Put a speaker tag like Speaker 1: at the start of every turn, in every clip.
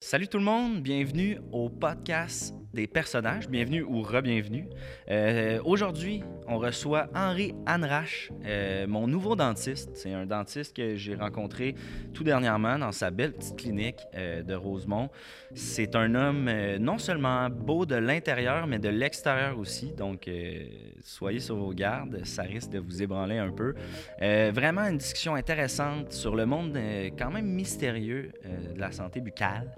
Speaker 1: Salut tout le monde, bienvenue au podcast des personnages, bienvenue ou re-bienvenue. Euh, Aujourd'hui, on reçoit Henri Anrache, euh, mon nouveau dentiste. C'est un dentiste que j'ai rencontré tout dernièrement dans sa belle petite clinique euh, de Rosemont. C'est un homme euh, non seulement beau de l'intérieur, mais de l'extérieur aussi. Donc, euh, soyez sur vos gardes, ça risque de vous ébranler un peu. Euh, vraiment une discussion intéressante sur le monde euh, quand même mystérieux euh, de la santé buccale.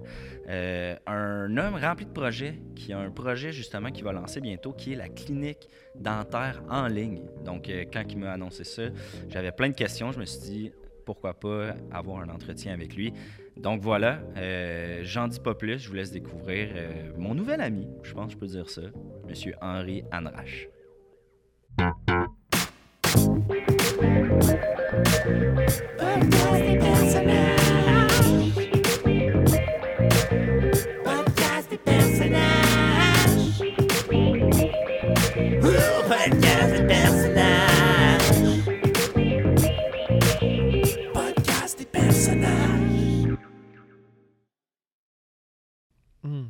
Speaker 1: Euh, un homme rempli de projets qui a un projet justement qui va lancer bientôt qui est la clinique dentaire en ligne. Donc euh, quand il m'a annoncé ça, j'avais plein de questions. Je me suis dit pourquoi pas avoir un entretien avec lui. Donc voilà, euh, j'en dis pas plus. Je vous laisse découvrir euh, mon nouvel ami, je pense que je peux dire ça, Monsieur Henri Anrache.
Speaker 2: Podcast des personnages. Podcast des personnages. Ouh, Podcast des personnages. Podcast des personnages.
Speaker 3: Hmm.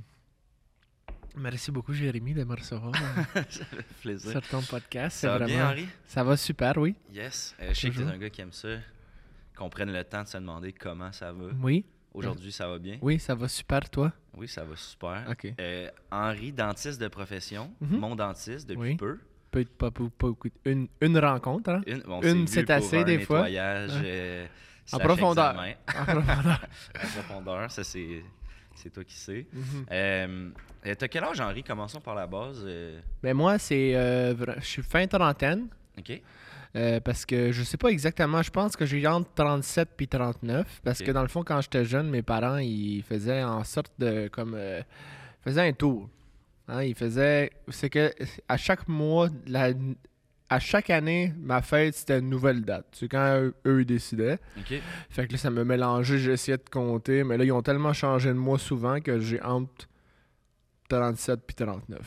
Speaker 3: Merci beaucoup, Jérémy, de me recevoir euh,
Speaker 1: ça fait plaisir.
Speaker 3: sur ton podcast. C'est
Speaker 1: Ça va bien,
Speaker 3: vraiment-
Speaker 1: Henri?
Speaker 3: Ça va super, oui.
Speaker 1: Yes. Euh, je sais que t'es
Speaker 3: Toujours.
Speaker 1: un gars qui aime ça, qu'on prenne le temps de se demander comment ça va.
Speaker 3: Oui,
Speaker 1: Aujourd'hui, ça va bien?
Speaker 3: Mm. oui, ça va super, toi.
Speaker 1: Oui, ça va super.
Speaker 3: OK.
Speaker 1: Euh, Henri, dentiste de profession,
Speaker 3: Mhm.
Speaker 1: mon dentiste depuis
Speaker 3: Oui.
Speaker 1: peu.
Speaker 3: Peut pas, pas- pas beaucoup- une, une rencontre, hein?
Speaker 1: Une, bon, on
Speaker 3: Une,
Speaker 1: s'est vu
Speaker 3: c'est
Speaker 1: pour
Speaker 3: assez
Speaker 1: un
Speaker 3: des fois.
Speaker 1: nettoyage,
Speaker 3: Ouais.
Speaker 1: euh,
Speaker 3: En
Speaker 1: slash
Speaker 3: profondeur.
Speaker 1: examen.
Speaker 3: En profondeur.
Speaker 1: en profondeur, ça c'est, c'est toi qui sais.
Speaker 3: Mhm.
Speaker 1: Euh, euh, t'as quel âge, Henri? Commençons par la base. euh,
Speaker 3: Mais moi, c'est, euh, vra- je suis fin trentaine,
Speaker 1: OK?
Speaker 3: euh, parce que je sais pas exactement, je pense que j'ai entre 37 puis 39, parce
Speaker 1: Ok.
Speaker 3: que dans le fond, quand j'étais jeune, mes parents, ils faisaient en sorte de, comme, euh, faisaient un tour. Hein, ils faisaient, c'est que à chaque mois, la- à chaque année, ma fête, c'était une nouvelle date. C'est quand eux, eux, ils décidaient.
Speaker 1: OK.
Speaker 3: Fait que là, ça me mélangeait, j'essayais de compter, mais là, ils ont tellement changé de mois souvent que j'ai entre 37 puis 39.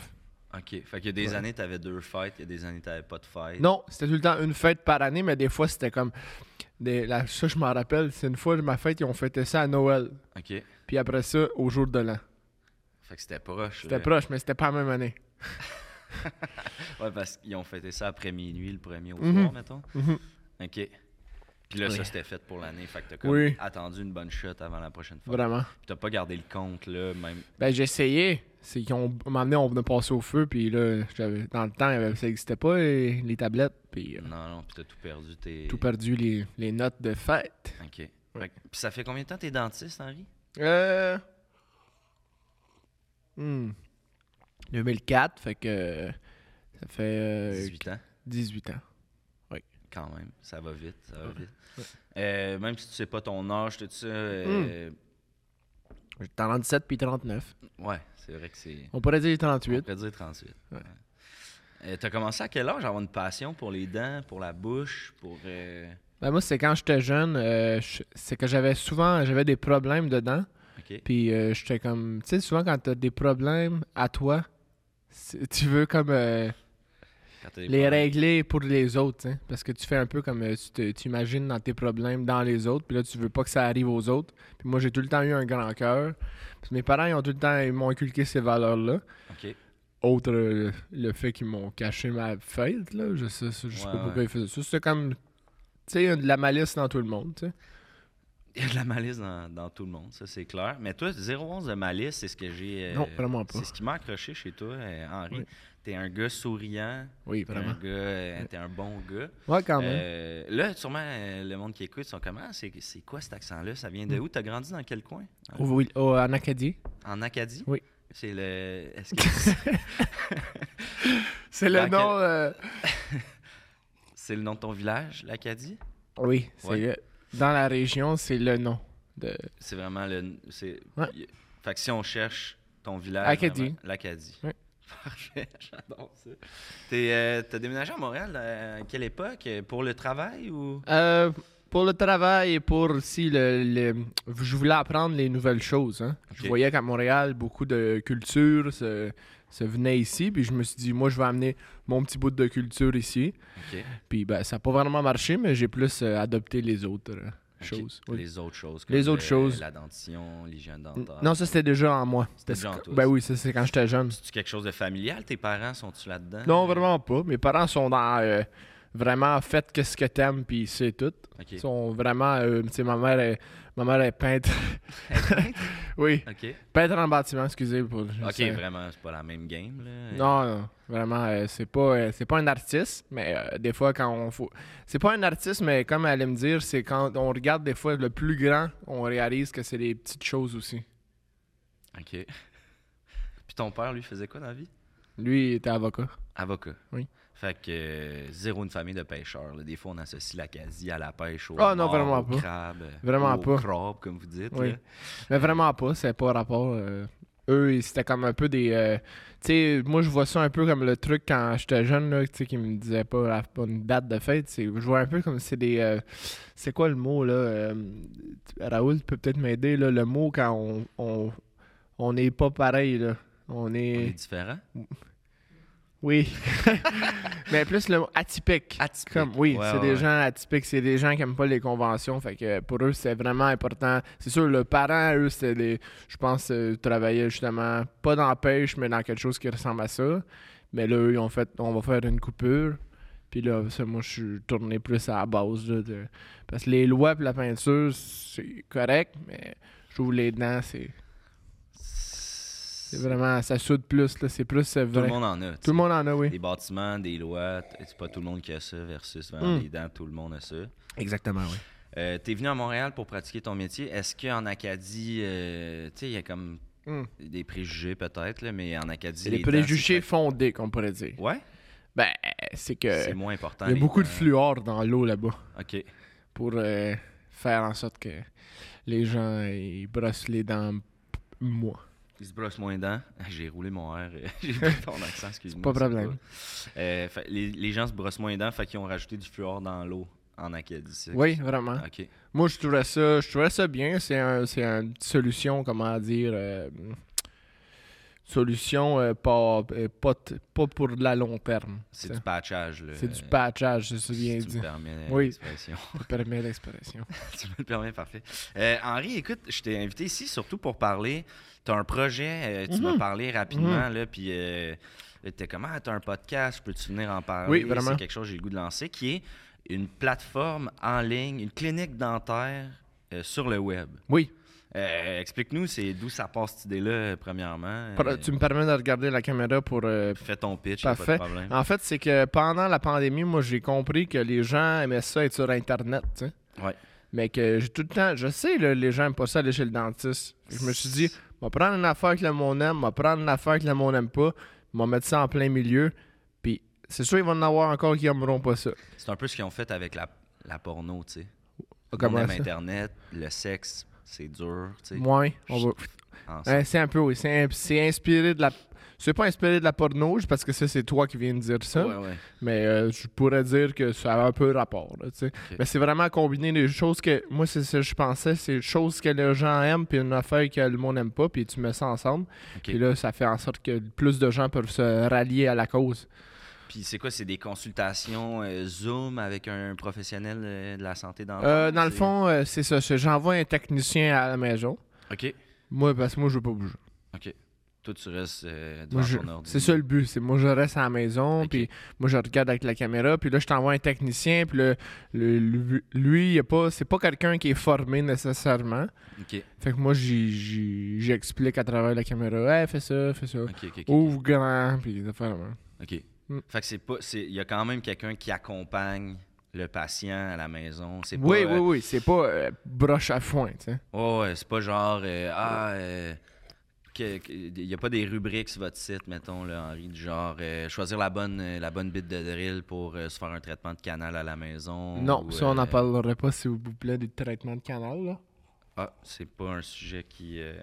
Speaker 1: OK. Fait qu'il y a des
Speaker 3: Ouais.
Speaker 1: années, t'avais deux fêtes, il y a des années, t'avais pas de fête.
Speaker 3: Non, c'était tout le temps une fête par année, mais des fois, c'était comme. Des, la- ça, je m'en rappelle, c'est une fois, ma fête, ils ont fêté ça à Noël.
Speaker 1: OK.
Speaker 3: Puis après ça, au jour de l'an.
Speaker 1: Fait que c'était proche.
Speaker 3: C'était
Speaker 1: là.
Speaker 3: proche, mais c'était pas la même année.
Speaker 1: Ouais, parce qu'ils ont fêté ça après minuit, le premier au
Speaker 3: Mhm.
Speaker 1: soir, mettons.
Speaker 3: Mhm.
Speaker 1: OK. Puis là,
Speaker 3: Oui.
Speaker 1: ça, c'était fait pour l'année. Fait que t'as comme
Speaker 3: Oui.
Speaker 1: attendu une bonne shot avant la prochaine fois.
Speaker 3: Vraiment.
Speaker 1: Puis t'as pas gardé le compte, là, même.
Speaker 3: Ben, j'ai essayé. C'est qu'ils ont. à un moment donné, on venait passer au feu, puis là, j'avais, dans le temps, il y avait- ça n'existait pas, les, les tablettes, puis euh,
Speaker 1: Non, non, puis t'as tout perdu. T'es...
Speaker 3: tout perdu, les, les notes de fête.
Speaker 1: OK. Fait que- Puis ça fait combien de temps que t'es dentiste, Henri?
Speaker 3: Euh. hmm. 2004, fait que. euh, Ça fait euh,
Speaker 1: 18 ans.
Speaker 3: 18 ans.
Speaker 1: Quand même, ça va vite, ça va vite. Euh, même si tu sais pas ton âge, tout
Speaker 3: Hmm.
Speaker 1: ça... euh,
Speaker 3: J'ai 37 puis 39.
Speaker 1: Ouais, c'est vrai que c'est...
Speaker 3: On pourrait dire
Speaker 1: On
Speaker 3: 38.
Speaker 1: pourrait dire 38.
Speaker 3: Ouais.
Speaker 1: Euh, t'as commencé à quel âge à avoir une passion pour les dents, pour la bouche, pour... euh,
Speaker 3: Ben, moi, c'est quand j'étais jeune, euh, je- c'est que j'avais souvent j'avais des problèmes dedans.
Speaker 1: OK.
Speaker 3: Puis euh, j'étais comme. Tu sais, souvent quand t'as des problèmes à toi, c'est- tu veux comme euh,
Speaker 1: Quand t'as des
Speaker 3: les
Speaker 1: problèmes.
Speaker 3: régler pour les autres. hein. parce que tu fais un peu comme euh, tu te- tu imagines dans tes problèmes dans les autres. Puis là, tu veux pas que ça arrive aux autres. Puis moi, j'ai tout le temps eu un grand cœur. Puis mes parents, ils ont tout le temps. Ils m'ont inculqué ces valeurs-là.
Speaker 1: OK.
Speaker 3: autre euh, le fait qu'ils m'ont caché ma fête, là, je sais, je sais
Speaker 1: Ouais,
Speaker 3: pas pourquoi
Speaker 1: ouais.
Speaker 3: ils faisaient ça. C'était comme, tu sais, il y a de la malice dans tout le monde, tu sais.
Speaker 1: Il y a de la malice dans, dans tout le monde, ça c'est clair. Mais toi, 011 de malice, c'est ce que j'ai. euh,
Speaker 3: Non, vraiment pas.
Speaker 1: C'est ce qui m'a accroché chez toi, euh, Henri.
Speaker 3: Oui.
Speaker 1: T'es un gars souriant.
Speaker 3: Oui,
Speaker 1: T'es un,
Speaker 3: vraiment.
Speaker 1: gars, euh, t'es un bon gars.
Speaker 3: Ouais, quand même.
Speaker 1: Euh, là, sûrement, euh, le monde qui écoute, ils sont comme Ah, c'est, c'est quoi cet accent-là Ça
Speaker 3: Mm.
Speaker 1: vient de où T'as grandi dans quel coin
Speaker 3: Au- oui, au- en Acadie.
Speaker 1: En Acadie
Speaker 3: Oui.
Speaker 1: C'est le. Est-ce que
Speaker 3: C'est
Speaker 1: Dans
Speaker 3: le
Speaker 1: quel-
Speaker 3: nom. euh,
Speaker 1: c'est le nom de ton village, l'Acadie
Speaker 3: Oui, c'est
Speaker 1: Ouais.
Speaker 3: euh, dans la région, c'est le nom de
Speaker 1: C'est vraiment le. C'est...
Speaker 3: Ouais.
Speaker 1: y- Fait que si on cherche ton village.
Speaker 3: Acadie.
Speaker 1: vraiment, L'Acadie.
Speaker 3: Ouais.
Speaker 1: Parfait, j'adore ça. T'es, euh, t'as déménagé à Montréal euh, à quelle époque euh, Pour le travail ou.
Speaker 3: Euh, pour le travail et pour si le, le- je voulais apprendre les nouvelles choses. hein.
Speaker 1: Ok.
Speaker 3: Je voyais qu'à Montréal, beaucoup de culture se, se venait ici, puis je me suis dit, moi, je vais amener mon petit bout de culture ici.
Speaker 1: Ok.
Speaker 3: Puis ben, ça n'a pas vraiment marché, mais j'ai plus euh, adopté les autres euh, choses.
Speaker 1: Ok.
Speaker 3: oui.
Speaker 1: Les autres choses.
Speaker 3: Les
Speaker 1: comme,
Speaker 3: autres
Speaker 1: euh,
Speaker 3: choses.
Speaker 1: La dentition, l'hygiène dentaire.
Speaker 3: Non, ça, c'était déjà en moi.
Speaker 1: C'était
Speaker 3: Parce
Speaker 1: déjà en
Speaker 3: que-
Speaker 1: toi,
Speaker 3: Ben
Speaker 1: ça.
Speaker 3: oui, ça, c'est quand j'étais jeune.
Speaker 1: C'est quelque chose de familial. Tes parents sont-tu là-dedans?
Speaker 3: Non, vraiment pas. Mes parents sont dans... euh, vraiment, faites qu'est-ce que t'aimes, puis c'est tout.
Speaker 1: Ok.
Speaker 3: Ils sont vraiment... euh, tu sais, ma mère est, ma mère est peintre. oui,
Speaker 1: Ok.
Speaker 3: peintre en bâtiment, excusez. Pour, je
Speaker 1: Ok,
Speaker 3: sais.
Speaker 1: vraiment, c'est pas la même game. Là.
Speaker 3: Non, non, vraiment, euh, c'est pas, euh, c'est pas un artiste, mais euh, des fois, quand on... faut- C'est pas un artiste, mais comme elle allait me dire, c'est quand on regarde des fois le plus grand, on réalise que c'est des petites choses aussi.
Speaker 1: Ok. Puis ton père, lui, faisait quoi dans la vie?
Speaker 3: Lui, il était avocat.
Speaker 1: Avocat.
Speaker 3: Oui.
Speaker 1: Fait que euh, zéro une famille de pêcheurs. là. Des fois, on associe la casie à la pêche au
Speaker 3: Ah, non,
Speaker 1: homard,
Speaker 3: vraiment
Speaker 1: au
Speaker 3: pas.
Speaker 1: crabe, euh,
Speaker 3: Vraiment
Speaker 1: au
Speaker 3: pas.
Speaker 1: crabe, comme vous dites.
Speaker 3: Oui.
Speaker 1: là.
Speaker 3: Mais vraiment pas, c'est pas rapport. euh, eux, ils- c'était comme un peu des. euh, tu sais, moi, je vois ça un peu comme le truc quand j'étais jeune, là, tu sais, qui me disait pas, la- pas une date de fête. c'est- Je vois un peu comme c'est des. euh, c'est quoi le mot, là euh, Raoul peut peut-être m'aider, là, le mot quand on. On on n'est pas pareil, là. On
Speaker 1: On est
Speaker 3: est.
Speaker 1: différent.
Speaker 3: Oui. Mais plus le mot atypique.
Speaker 1: Atypique.
Speaker 3: Comme, oui,
Speaker 1: Ouais,
Speaker 3: c'est
Speaker 1: ouais,
Speaker 3: des
Speaker 1: ouais.
Speaker 3: gens atypiques, c'est des gens qui n'aiment pas les conventions. Fait que pour eux, c'est vraiment important. C'est sûr, le parent, eux, c'était des. Je pense euh, travaillaient justement pas dans la pêche, mais dans quelque chose qui ressemble à ça. Mais là, eux, ils ont fait on va faire une coupure. Puis là, ça, moi, je suis tourné plus à la base. là, de- Parce que les lois pour la peinture, c'est correct, mais je trouve les dents, c'est c'est
Speaker 1: C'est
Speaker 3: vraiment. Ça soude plus, là. C'est plus euh,
Speaker 1: Tout le
Speaker 3: vrai.
Speaker 1: monde en a. tu
Speaker 3: Tout le monde en
Speaker 1: sais.
Speaker 3: a, oui.
Speaker 1: Des bâtiments, des lois, t- c'est pas tout le monde qui a ça versus vraiment
Speaker 3: Mm.
Speaker 1: les dents, tout le monde a ça.
Speaker 3: Exactement, oui.
Speaker 1: Euh, T'es venu à Montréal pour pratiquer ton métier. Est-ce qu'en Acadie, euh, tu sais, il y a comme
Speaker 3: Mm.
Speaker 1: des préjugés peut-être, là, mais en Acadie.
Speaker 3: C'est les
Speaker 1: dents,
Speaker 3: préjugés
Speaker 1: c'est
Speaker 3: fondés, qu'on pourrait dire.
Speaker 1: peut- Ouais,
Speaker 3: Ben, c'est que.
Speaker 1: c'est moins important.
Speaker 3: Il y a
Speaker 1: les
Speaker 3: beaucoup de
Speaker 1: dents.
Speaker 3: fluor dans l'eau là-bas
Speaker 1: Ok.
Speaker 3: pour euh, faire en sorte que les gens euh, ils brossent les dents p- moins.
Speaker 1: Il se brosse moins les dents. J'ai roulé mon air. euh, J'ai pris ton accent, excuse-moi.
Speaker 3: pas de problème.
Speaker 1: pas- Euh, fait- les, les gens se brossent moins les dents, fait qu'ils ont rajouté du fluor dans l'eau en Acadie. c'est-
Speaker 3: Oui, vraiment.
Speaker 1: Ok.
Speaker 3: Moi, je trouvais ça, je trouvais ça bien. C'est un, c'est une petite solution, comment dire, euh, solution euh, pas, euh, pas, t- pas pour de la long terme.
Speaker 1: C'est
Speaker 3: Ça.
Speaker 1: du patchage. là,
Speaker 3: C'est du
Speaker 1: euh,
Speaker 3: patchage, je me souviens.
Speaker 1: Si tu
Speaker 3: dit.
Speaker 1: me permets
Speaker 3: Oui.
Speaker 1: l'expression.
Speaker 3: Ça permet l'expression.
Speaker 1: tu me le permets, parfait. Euh, Henri, écoute, je t'ai invité ici surtout pour parler. Tu as un projet, euh, tu
Speaker 3: Mhm.
Speaker 1: m'as parlé rapidement, là, puis euh, t'es comment, ah, t'as un podcast, peux-tu venir en parler?
Speaker 3: Oui, vraiment.
Speaker 1: C'est quelque chose que j'ai le goût de lancer, qui est une plateforme en ligne, une clinique dentaire euh, sur le web.
Speaker 3: Oui.
Speaker 1: Euh, Explique-nous, c'est d'où ça part cette idée-là, euh, premièrement.
Speaker 3: Par-
Speaker 1: Euh,
Speaker 3: Tu me permets de regarder la caméra pour euh,
Speaker 1: Fais ton pitch, y a pas de
Speaker 3: Parfait.
Speaker 1: problème.
Speaker 3: En fait, c'est que pendant la pandémie, moi, j'ai compris que les gens aimaient ça être sur Internet, tu sais.
Speaker 1: Ouais.
Speaker 3: Mais que j'ai tout le temps, je sais, là, les gens aiment pas ça aller chez le dentiste. Je me suis dit, va prendre une affaire que le monde aime, va prendre une affaire que le monde aime pas, va mettre ça en plein milieu. Puis c'est sûr, ils vont en avoir encore qui aimeront pas ça.
Speaker 1: C'est un peu ce qu'ils ont fait avec la, la porno, tu sais. On
Speaker 3: Comment
Speaker 1: aime
Speaker 3: ça?
Speaker 1: Internet, le sexe, c'est dur, tu sais.
Speaker 3: Moins, hein, on va.
Speaker 1: en
Speaker 3: Ouais, c'est un peu, oui. C'est in- c'est inspiré de la. C'est pas inspiré de la porno, parce que ça, c'est toi qui viens de dire ça.
Speaker 1: Ouais, ouais.
Speaker 3: Mais euh, je pourrais dire que ça a un peu rapport. là, tu sais. Mais c'est vraiment combiner les choses que. Moi, c'est ça que je pensais. C'est les choses que les gens aiment, puis une affaire que le monde n'aime pas, puis tu mets ça ensemble.
Speaker 1: Ok.
Speaker 3: Puis là, ça fait en sorte que plus de gens peuvent se rallier à la cause.
Speaker 1: Puis c'est quoi, c'est des consultations euh, Zoom avec un professionnel euh, de la santé dans
Speaker 3: Euh, dans le fond, euh, c'est ça. c'est- J'envoie un technicien à la maison.
Speaker 1: OK.
Speaker 3: Moi, parce que moi, je veux pas bouger.
Speaker 1: OK. Toi, tu restes euh, devant
Speaker 3: Moi, je-
Speaker 1: ton ordi.
Speaker 3: C'est ça le but, c'est moi je reste à la maison,
Speaker 1: Ok.
Speaker 3: puis moi je regarde avec la caméra, puis là je t'envoie un technicien, puis le, le- lui- lui, il est pas, c'est pas quelqu'un qui est formé nécessairement.
Speaker 1: OK.
Speaker 3: Fait que moi, j'y- j'y- j'explique à travers la caméra, hey, fais ça, fais ça.
Speaker 1: OK, OK, OK.
Speaker 3: Ouvre grand, puis des affaires de même.
Speaker 1: OK.
Speaker 3: Oh. Mm.
Speaker 1: Fait que c'est pas... c'est- Il y a quand même quelqu'un qui accompagne le patient à la maison. C'est pas...
Speaker 3: Oui, oui,
Speaker 1: euh,
Speaker 3: oui, c'est pas euh, broche à foin, tu sais.
Speaker 1: ouais, ouais, c'est pas genre... euh, ah... euh, que- que- Il n'y a pas des rubriques sur votre site, mettons, là, Henri, du genre euh, choisir la bonne, euh, la bonne bite de drill pour euh, se faire un traitement de canal à la maison.
Speaker 3: Non,
Speaker 1: ou,
Speaker 3: ça on n'en
Speaker 1: euh,
Speaker 3: parlerait pas, s'il vous plaît, du traitement de canal, là.
Speaker 1: Ah, c'est pas un sujet qui. euh,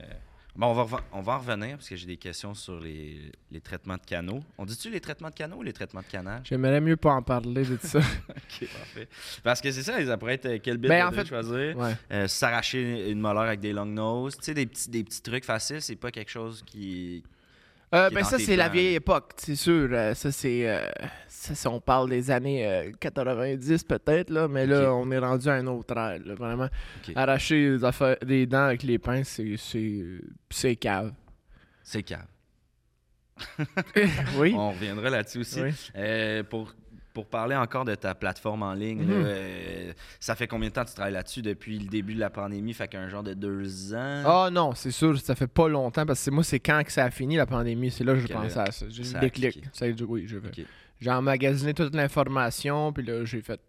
Speaker 1: Bon, on va, reven- on va en revenir parce que j'ai des questions sur les, les traitements de canaux. On dit-tu les traitements de canaux ou les traitements de canal?
Speaker 3: J'aimerais mieux pas en parler de ça.
Speaker 1: Ok, parfait. Parce que c'est ça, ça pourrait être euh, quel bit
Speaker 3: Ben,
Speaker 1: de
Speaker 3: en fait-
Speaker 1: choisir.
Speaker 3: ouais.
Speaker 1: Euh, S'arracher une molaire avec des longues noses. Tu sais, des petits, des petits trucs faciles, c'est pas quelque chose qui.
Speaker 3: Euh,
Speaker 1: qui est
Speaker 3: ben
Speaker 1: dans
Speaker 3: ça,
Speaker 1: tes
Speaker 3: c'est la
Speaker 1: plans,
Speaker 3: vieille époque, c'est sûr. Euh, ça, c'est. euh, ça, c'est- on parle des années euh, 90 peut-être, là, mais là, on est rendu à un autre ère. là, vraiment.
Speaker 1: Ok.
Speaker 3: Arracher les, affaires- les dents avec les pinces, c'est- c'est. C'est cave.
Speaker 1: C'est cave.
Speaker 3: oui.
Speaker 1: On reviendra là-dessus aussi.
Speaker 3: Oui.
Speaker 1: Euh, pour, pour parler encore de ta plateforme en ligne, là,
Speaker 3: Mhm.
Speaker 1: euh, ça fait combien de temps que tu travailles là-dessus depuis le début de la pandémie? Fait qu'un genre de deux ans.
Speaker 3: Ah non, c'est sûr, ça fait pas longtemps parce que c'est- moi, c'est quand que ça a fini la pandémie. C'est là que je
Speaker 1: Ok,
Speaker 3: pensais à ça. J'ai eu
Speaker 1: ça
Speaker 3: le
Speaker 1: a
Speaker 3: déclic.
Speaker 1: cliqué.
Speaker 3: Ça a dit oui, je veux.
Speaker 1: Ok.
Speaker 3: J'ai emmagasiné toute l'information, puis là, j'ai fait.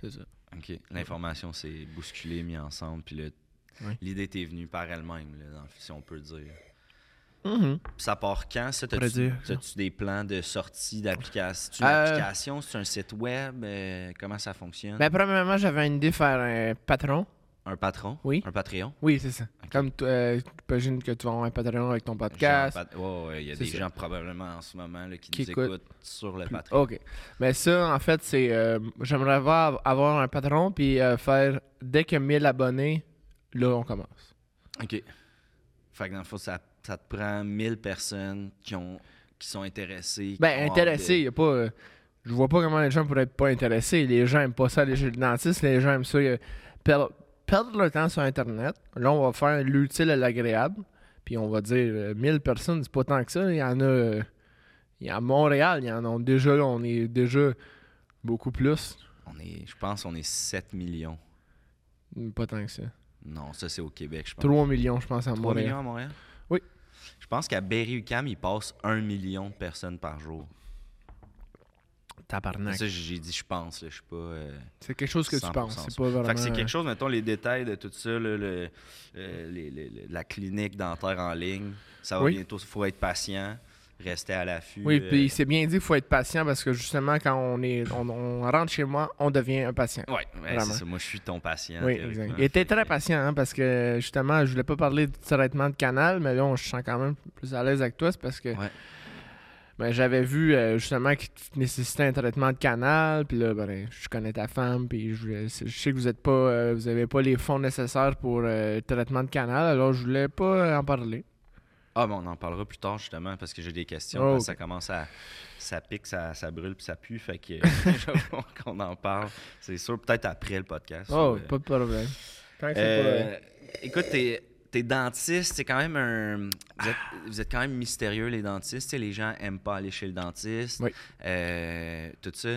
Speaker 3: C'est ça.
Speaker 1: OK. L'information s'est bousculée, mise ensemble, puis le-
Speaker 3: Oui.
Speaker 1: l'idée t'est venue par elle-même, là, dans- si on peut le dire.
Speaker 3: Mhm.
Speaker 1: Ça part quand? Ça,
Speaker 3: Pourrait
Speaker 1: t'as-tu
Speaker 3: dire.
Speaker 1: t'as-tu des plans de sortie d'application? C'est une
Speaker 3: Euh,
Speaker 1: application? C'est un site web? Euh, comment ça fonctionne?
Speaker 3: Ben, premièrement, j'avais une idée de faire un patron.
Speaker 1: un patron?
Speaker 3: Oui.
Speaker 1: Un Patreon?
Speaker 3: Oui, c'est ça.
Speaker 1: Ok.
Speaker 3: Comme t- euh, j'imagine que tu vas avoir un Patreon avec ton podcast.
Speaker 1: Genre, Pat- ouais, ouais, il y a
Speaker 3: C'est
Speaker 1: des
Speaker 3: ça.
Speaker 1: gens probablement en ce moment là, qui,
Speaker 3: Qui
Speaker 1: nous
Speaker 3: écoutent.
Speaker 1: écoutent sur le
Speaker 3: Plus-
Speaker 1: Patreon.
Speaker 3: OK. Mais ça, en fait, c'est. euh, J'aimerais avoir, avoir un patron puis euh, faire dès que 1000 abonnés, là, on commence.
Speaker 1: OK. Fait que dans le fond, ça, ça te prend 1000 personnes qui, ont, qui sont intéressées. qui ont
Speaker 3: Ben,
Speaker 1: hâte
Speaker 3: intéressé, y a pas. euh, je vois pas comment les gens pourraient être pas intéressés. Les gens aiment pas ça aller chez le dentiste. Les gens aiment ça euh, perdre, perdre le temps sur Internet. Là, on va faire l'utile à l'agréable. Puis on va dire euh, 1000 personnes, c'est pas tant que ça. Il y en a. euh, il y a à Montréal, il y en a déjà, là, on est déjà beaucoup plus.
Speaker 1: de- On est, je pense qu'on est 7 millions.
Speaker 3: Pas tant que ça.
Speaker 1: Non, ça, c'est au Québec, je pense.
Speaker 3: 3 millions, je pense, à
Speaker 1: 3
Speaker 3: Montréal.
Speaker 1: millions à Montréal?
Speaker 3: Oui.
Speaker 1: Je pense qu'à Berry-UQAM, ils passent 1 million de personnes par jour.
Speaker 3: Tabarnak.
Speaker 1: Ça, j'ai dit je pense, là, je suis pas... euh,
Speaker 3: C'est quelque chose que tu
Speaker 1: 100%
Speaker 3: penses.
Speaker 1: ça.
Speaker 3: C'est pas vraiment.
Speaker 1: Fait que c'est quelque chose, mettons, les détails de tout ça, là, le- euh, les- les- les- la clinique dentaire en ligne, ça va
Speaker 3: Oui.
Speaker 1: bientôt, il faut être patient, rester à l'affût.
Speaker 3: Oui,
Speaker 1: euh,
Speaker 3: puis c'est bien dit, il faut être patient parce que justement, quand on, est, on, on rentre chez moi, on devient un patient.
Speaker 1: Ouais, ouais,
Speaker 3: Vraiment.
Speaker 1: c'est ça. Moi, je suis ton patient.
Speaker 3: Oui,
Speaker 1: théoriquement.
Speaker 3: exact. Il était
Speaker 1: Fait
Speaker 3: très
Speaker 1: que-
Speaker 3: patient hein, parce que justement, je voulais pas parler du traitement de canal, mais là, on se sent quand même plus à l'aise avec toi. C'est parce que
Speaker 1: Ouais.
Speaker 3: ben, j'avais vu euh, justement que tu nécessitais un traitement de canal, puis là, ben, je connais ta femme, puis je, voulais- je sais que vous êtes pas, euh, vous avez pas les fonds nécessaires pour euh, le traitement de canal, alors je voulais pas euh, en parler.
Speaker 1: Ah, mais on en parlera plus tard, justement, parce que j'ai des questions.
Speaker 3: Oh,
Speaker 1: parce que Ça
Speaker 3: ok.
Speaker 1: commence à. Ça pique, ça, ça brûle, puis ça pue. Fait que. je veux qu'on en parle. C'est sûr, peut-être après le podcast.
Speaker 3: Oh,
Speaker 1: ou, euh,
Speaker 3: pas de problème. Tant que c'est pas-
Speaker 1: Euh, écoute, t'es, t'es dentiste, c'est quand même un. Vous êtes, vous êtes quand même mystérieux, les dentistes. Tu sais, les gens aiment pas aller chez le dentiste.
Speaker 3: Oui.
Speaker 1: Euh, tout ça.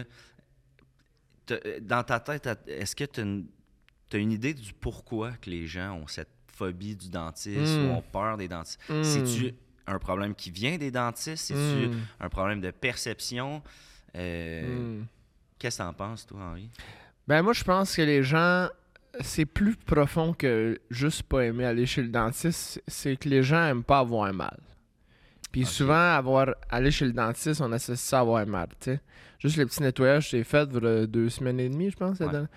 Speaker 1: T'as- Dans ta tête, t'as- est-ce que tu as une, t'as une idée du pourquoi que les gens ont cette phobie du dentiste
Speaker 3: Mm.
Speaker 1: ou ont peur des dentistes?
Speaker 3: Mm.
Speaker 1: C'est-tu un problème qui vient des dentistes? C'est-tu
Speaker 3: Mm.
Speaker 1: un problème de perception? Euh,
Speaker 3: Hmm.
Speaker 1: Qu'est-ce que t'en penses, toi, Henri?
Speaker 3: Ben moi je pense que les gens c'est plus profond que juste pas aimer aller chez le dentiste, c'est que les gens aiment pas avoir un mal. Puis
Speaker 1: Ok.
Speaker 3: souvent avoir aller chez le dentiste, on associe ça à avoir un mal, tu sais. Juste les petits nettoyages que j'ai fait voilà, deux semaines et demie, je pense. la
Speaker 1: Ouais.
Speaker 3: dernière.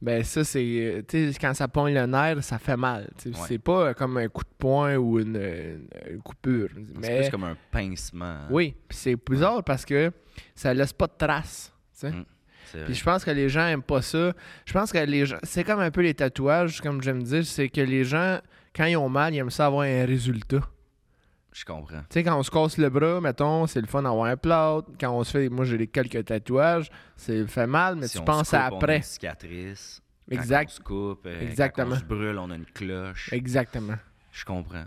Speaker 3: Ben ça c'est tu sais quand ça pogne le nerf, ça fait mal, tu sais.
Speaker 1: Ouais.
Speaker 3: C'est pas comme un coup de poing ou une, une- une coupure,
Speaker 1: C'est
Speaker 3: mais
Speaker 1: plus comme un pincement. hein.
Speaker 3: oui, puis c'est bizarre parce que ça laisse pas de traces, tu sais.
Speaker 1: Mm. C'est vrai.
Speaker 3: Puis je pense que les gens aiment pas ça. Je pense que les gens. C'est comme un peu les tatouages, comme j'aime dire, c'est que les gens, quand ils ont mal, ils aiment ça avoir un résultat.
Speaker 1: Je comprends.
Speaker 3: Tu sais, quand on se casse le bras, mettons, c'est le fun d'avoir un plâtre. Quand on se fait. Moi, j'ai des quelques tatouages, c'est fait mal, mais
Speaker 1: Si
Speaker 3: tu
Speaker 1: on
Speaker 3: penses
Speaker 1: se
Speaker 3: à
Speaker 1: coupe, on a
Speaker 3: après.
Speaker 1: une cicatrice. Quand
Speaker 3: Exact.
Speaker 1: on se coupe. euh,
Speaker 3: Exactement.
Speaker 1: Quand on se brûle, on a une cloche.
Speaker 3: Exactement.
Speaker 1: Je comprends.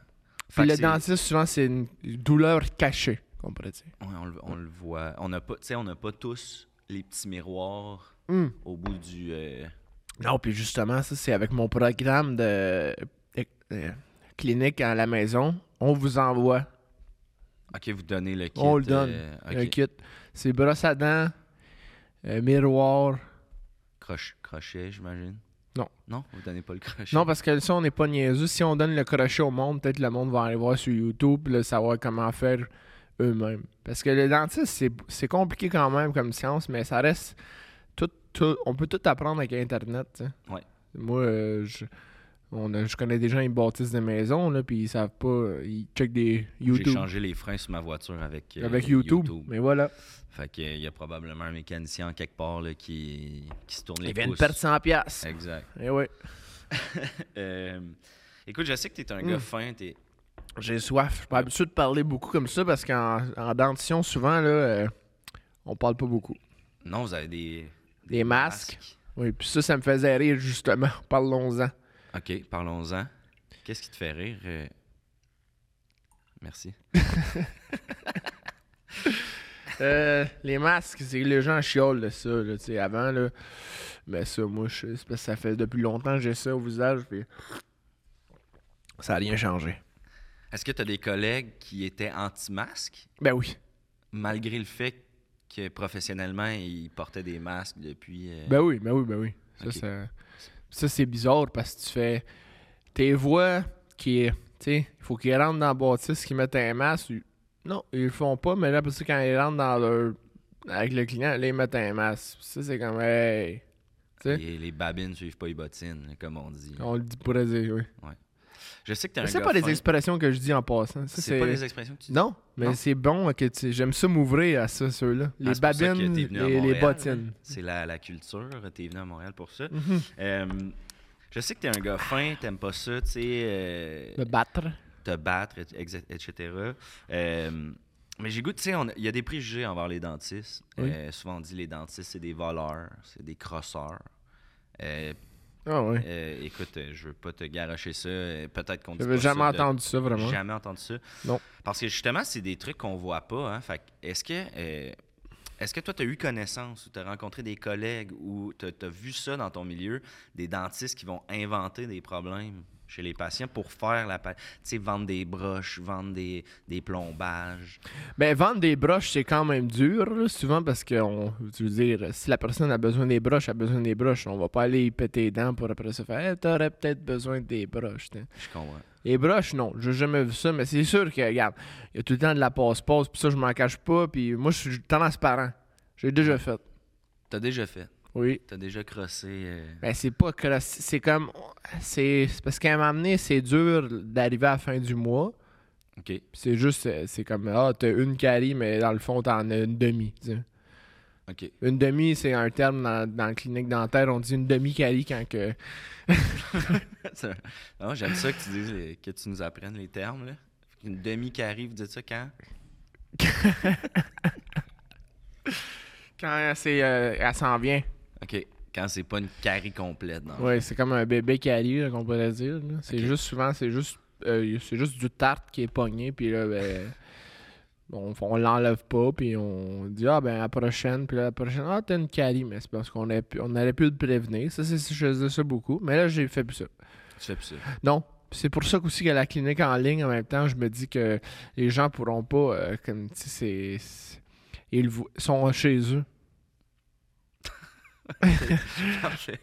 Speaker 1: Fait
Speaker 3: Puis
Speaker 1: que
Speaker 3: le
Speaker 1: c'est-
Speaker 3: dentiste, souvent, c'est une douleur cachée, on pourrait dire.
Speaker 1: Ouais, on, le- on le voit. On n'a pas, tu sais, on n'a pas tous les petits miroirs
Speaker 3: Hum.
Speaker 1: au bout du. euh,
Speaker 3: Non, puis justement, ça, c'est avec mon programme de, de- de clinique à la maison. On vous envoie
Speaker 1: Ok, vous donnez le kit.
Speaker 3: On le donne.
Speaker 1: euh, ok.
Speaker 3: Un kit. C'est brosse à dents, euh, miroir.
Speaker 1: Croche- crochet, j'imagine.
Speaker 3: Non.
Speaker 1: Non, vous donnez pas le crochet.
Speaker 3: Non, parce que ça, on n'est pas niaiseux. Si on donne le crochet au monde, peut-être le monde va aller voir sur YouTube là, savoir comment faire eux-mêmes. Parce que le dentiste, c'est- c'est compliqué quand même comme science, mais ça reste. Tout, tout- on peut tout apprendre avec Internet. tu sais.
Speaker 1: Ouais.
Speaker 3: Moi, euh, je. on a- je connais des gens, ils bâtissent des maisons, là, puis ils savent pas, ils checkent des
Speaker 1: J'ai
Speaker 3: YouTube.
Speaker 1: changé les freins sur ma voiture avec. euh,
Speaker 3: Avec YouTube, mais voilà.
Speaker 1: Fait que euh, il y a probablement un mécanicien quelque part là, qui, qui se tourne les
Speaker 3: Ils viennent
Speaker 1: pouces.
Speaker 3: perdre 100$. piastres.
Speaker 1: Exact.
Speaker 3: Eh ouais. Hmm.
Speaker 1: Euh, écoute, je sais que tu es un gars fin, tu es,
Speaker 3: J'ai soif. Je suis pas habitué de parler beaucoup comme ça parce qu'en en dentition, souvent, là, euh, on parle pas beaucoup.
Speaker 1: Non, vous avez des.
Speaker 3: Des masques. Oui, puis ça, ça me faisait rire, justement. Parlons-en.
Speaker 1: OK, parlons-en. Qu'est-ce qui te fait rire? euh? Merci.
Speaker 3: Euh, les masques, c'est les gens chiolent de ça, là, tu sais, avant, là. Mais ça, moi, je- c'est parce que ça fait depuis longtemps que j'ai ça au visage, puis ça a rien changé.
Speaker 1: Est-ce que tu as des collègues qui étaient anti-masques,
Speaker 3: Ben oui.
Speaker 1: malgré le fait que professionnellement, ils portaient des masques depuis. euh,
Speaker 3: Ben oui, ben oui, ben oui. Ça,
Speaker 1: Ok.
Speaker 3: ça- ça, c'est bizarre parce que tu fais tes voix qui. Tu sais, il faut qu'ils rentrent dans la bâtisse, qu'ils mettent un masque. ils- Non, ils le font pas, mais là, parce que quand ils rentrent dans leur. Avec le client, là, ils mettent un masque. Ça, c'est comme. Hey! tu sais.
Speaker 1: les, les babines suivent pas les bottines, comme on dit.
Speaker 3: On le dit pour le dire, oui.
Speaker 1: Je sais que t'es un
Speaker 3: Oh. Mais C'est
Speaker 1: gars
Speaker 3: pas des
Speaker 1: fin.
Speaker 3: expressions que je dis en passant. Ça,
Speaker 1: C'est pas des expressions que tu dis.
Speaker 3: Non,
Speaker 1: Non.
Speaker 3: mais c'est bon que tu. J'aime ça m'ouvrir à ça, ceux-là. Les
Speaker 1: Ah, c'est pour ça que
Speaker 3: babines,
Speaker 1: t'es venu à
Speaker 3: les, les
Speaker 1: Montréal.
Speaker 3: bottines.
Speaker 1: C'est la, la culture. T'es venu à Montréal pour ça.
Speaker 3: Mhm.
Speaker 1: Euh, je sais que t'es un gars fin, t'aimes pas ça, tu sais, euh,
Speaker 3: Me battre.
Speaker 1: te battre, et- ex- etc. Euh, mais j'ai goût, tu sais, on a- il y a des préjugés envers les dentistes.
Speaker 3: Oui.
Speaker 1: Euh, souvent on dit les dentistes, c'est des voleurs, c'est des crosseurs. Euh,
Speaker 3: Ah oui.
Speaker 1: euh, écoute, euh, je veux pas te garocher ça. euh, Peut-être qu'on dit
Speaker 3: J'avais
Speaker 1: pas ça
Speaker 3: jamais
Speaker 1: de-
Speaker 3: entendu ça, vraiment.
Speaker 1: Jamais entendu ça.
Speaker 3: Non.
Speaker 1: Parce que justement, c'est des trucs qu'on voit pas. Hein. Fait que, est-ce que, euh, est-ce que toi, tu as eu connaissance ou tu as rencontré des collègues ou tu as vu ça dans ton milieu, des dentistes qui vont inventer des problèmes chez les patients pour faire la. pa- Tu sais, vendre des broches, vendre des, des plombages.
Speaker 3: Ben, vendre des broches, c'est quand même dur, là, souvent, parce que, on, tu veux dire, si la personne a besoin des broches, elle a besoin des broches. On va pas aller y péter les dents pour après ça faire, Eh, t'aurais peut-être besoin des broches. t'sais.
Speaker 1: Je comprends.
Speaker 3: Les broches, non, j'ai jamais vu ça, mais c'est sûr que, regarde, il y a tout le temps de la passe-passe, puis ça, je m'en cache pas, puis moi, je suis transparent. J'ai déjà fait.
Speaker 1: Tu as déjà fait.
Speaker 3: Oui.
Speaker 1: Tu as déjà crossé. euh,
Speaker 3: Ben, c'est pas que là, c'est c'est comme. C'est c'est parce qu'à un moment donné, c'est dur d'arriver à la fin du mois.
Speaker 1: OK.
Speaker 3: puis C'est juste, euh, c'est comme, ah, t'as une carie, mais dans le fond, t'en as une demi. tu sais.
Speaker 1: OK.
Speaker 3: Une demi, c'est un terme dans, dans la clinique dentaire. On dit une demi-carie quand que.
Speaker 1: Ça- non, j'aime ça que tu, dises les- que tu nous apprennes les termes. Là. Une demi-carie, vous dites ça quand?
Speaker 3: Quand c'est, euh, elle s'en vient.
Speaker 1: OK. Quand c'est pas une carie complète. Dans le
Speaker 3: Oui, c'est comme un bébé carie, là, qu'on pourrait dire. là. C'est
Speaker 1: Ok.
Speaker 3: juste souvent, c'est juste, euh, c'est juste du tarte qui est pogné, puis là, ben, on, on l'enlève pas, puis on dit, ah, ben, la prochaine, puis là, la prochaine, ah, t'as une carie, mais c'est parce qu'on aurait pu, on aurait pu le prévenir. Ça, c'est, je faisais ça beaucoup, mais là, j'ai fait plus ça.
Speaker 1: Tu fais plus ça.
Speaker 3: Non. C'est pour ça qu'aussi que la clinique en ligne, en même temps, je me dis que les gens pourront pas, euh, comme, tu sais, c'est- c'est- ils vo- sont chez eux.
Speaker 1: Parfait.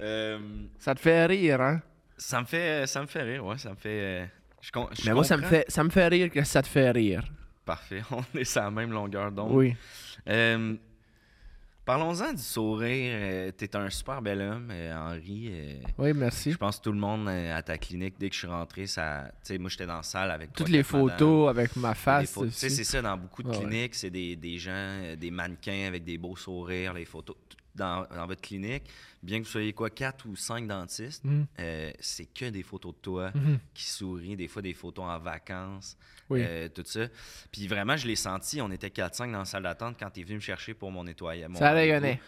Speaker 1: Euh,
Speaker 3: Ça te fait rire, hein?
Speaker 1: ça me fait ça me fait rire, ouais, ça me fait euh, je, con- je
Speaker 3: Mais moi, ça me,
Speaker 1: comprends.
Speaker 3: fait, ça me fait rire que ça te fait rire.
Speaker 1: Parfait, on est sur la même longueur d'onde.
Speaker 3: Oui.
Speaker 1: Euh, parlons-en du sourire, Euh, t'es un super bel homme, euh, Henri. euh,
Speaker 3: Oui, merci.
Speaker 1: je pense que tout le monde euh, à ta clinique dès que je suis rentré, ça tu sais moi j'étais dans la salle avec
Speaker 3: Toutes
Speaker 1: trois,
Speaker 3: les
Speaker 1: quatre madames.
Speaker 3: photos avec ma
Speaker 1: Des
Speaker 3: face.
Speaker 1: photos. Tu sais,
Speaker 3: aussi.
Speaker 1: c'est ça, dans beaucoup de
Speaker 3: Ouais, ouais.
Speaker 1: cliniques, c'est des, des gens, euh, des mannequins avec des beaux sourires, les photos. Tout- Dans, dans votre clinique, bien que vous soyez quoi, quatre ou cinq dentistes,
Speaker 3: Mhm.
Speaker 1: euh, c'est que des photos de toi
Speaker 3: Mhm.
Speaker 1: qui sourit, des fois des photos en vacances,
Speaker 3: Oui.
Speaker 1: euh, tout ça. Puis vraiment, je l'ai senti, on était 4-5 dans la salle d'attente quand tu es venu me chercher pour mon nettoyage. mon
Speaker 3: Ça
Speaker 1: rendez-vous.
Speaker 3: rayonnait.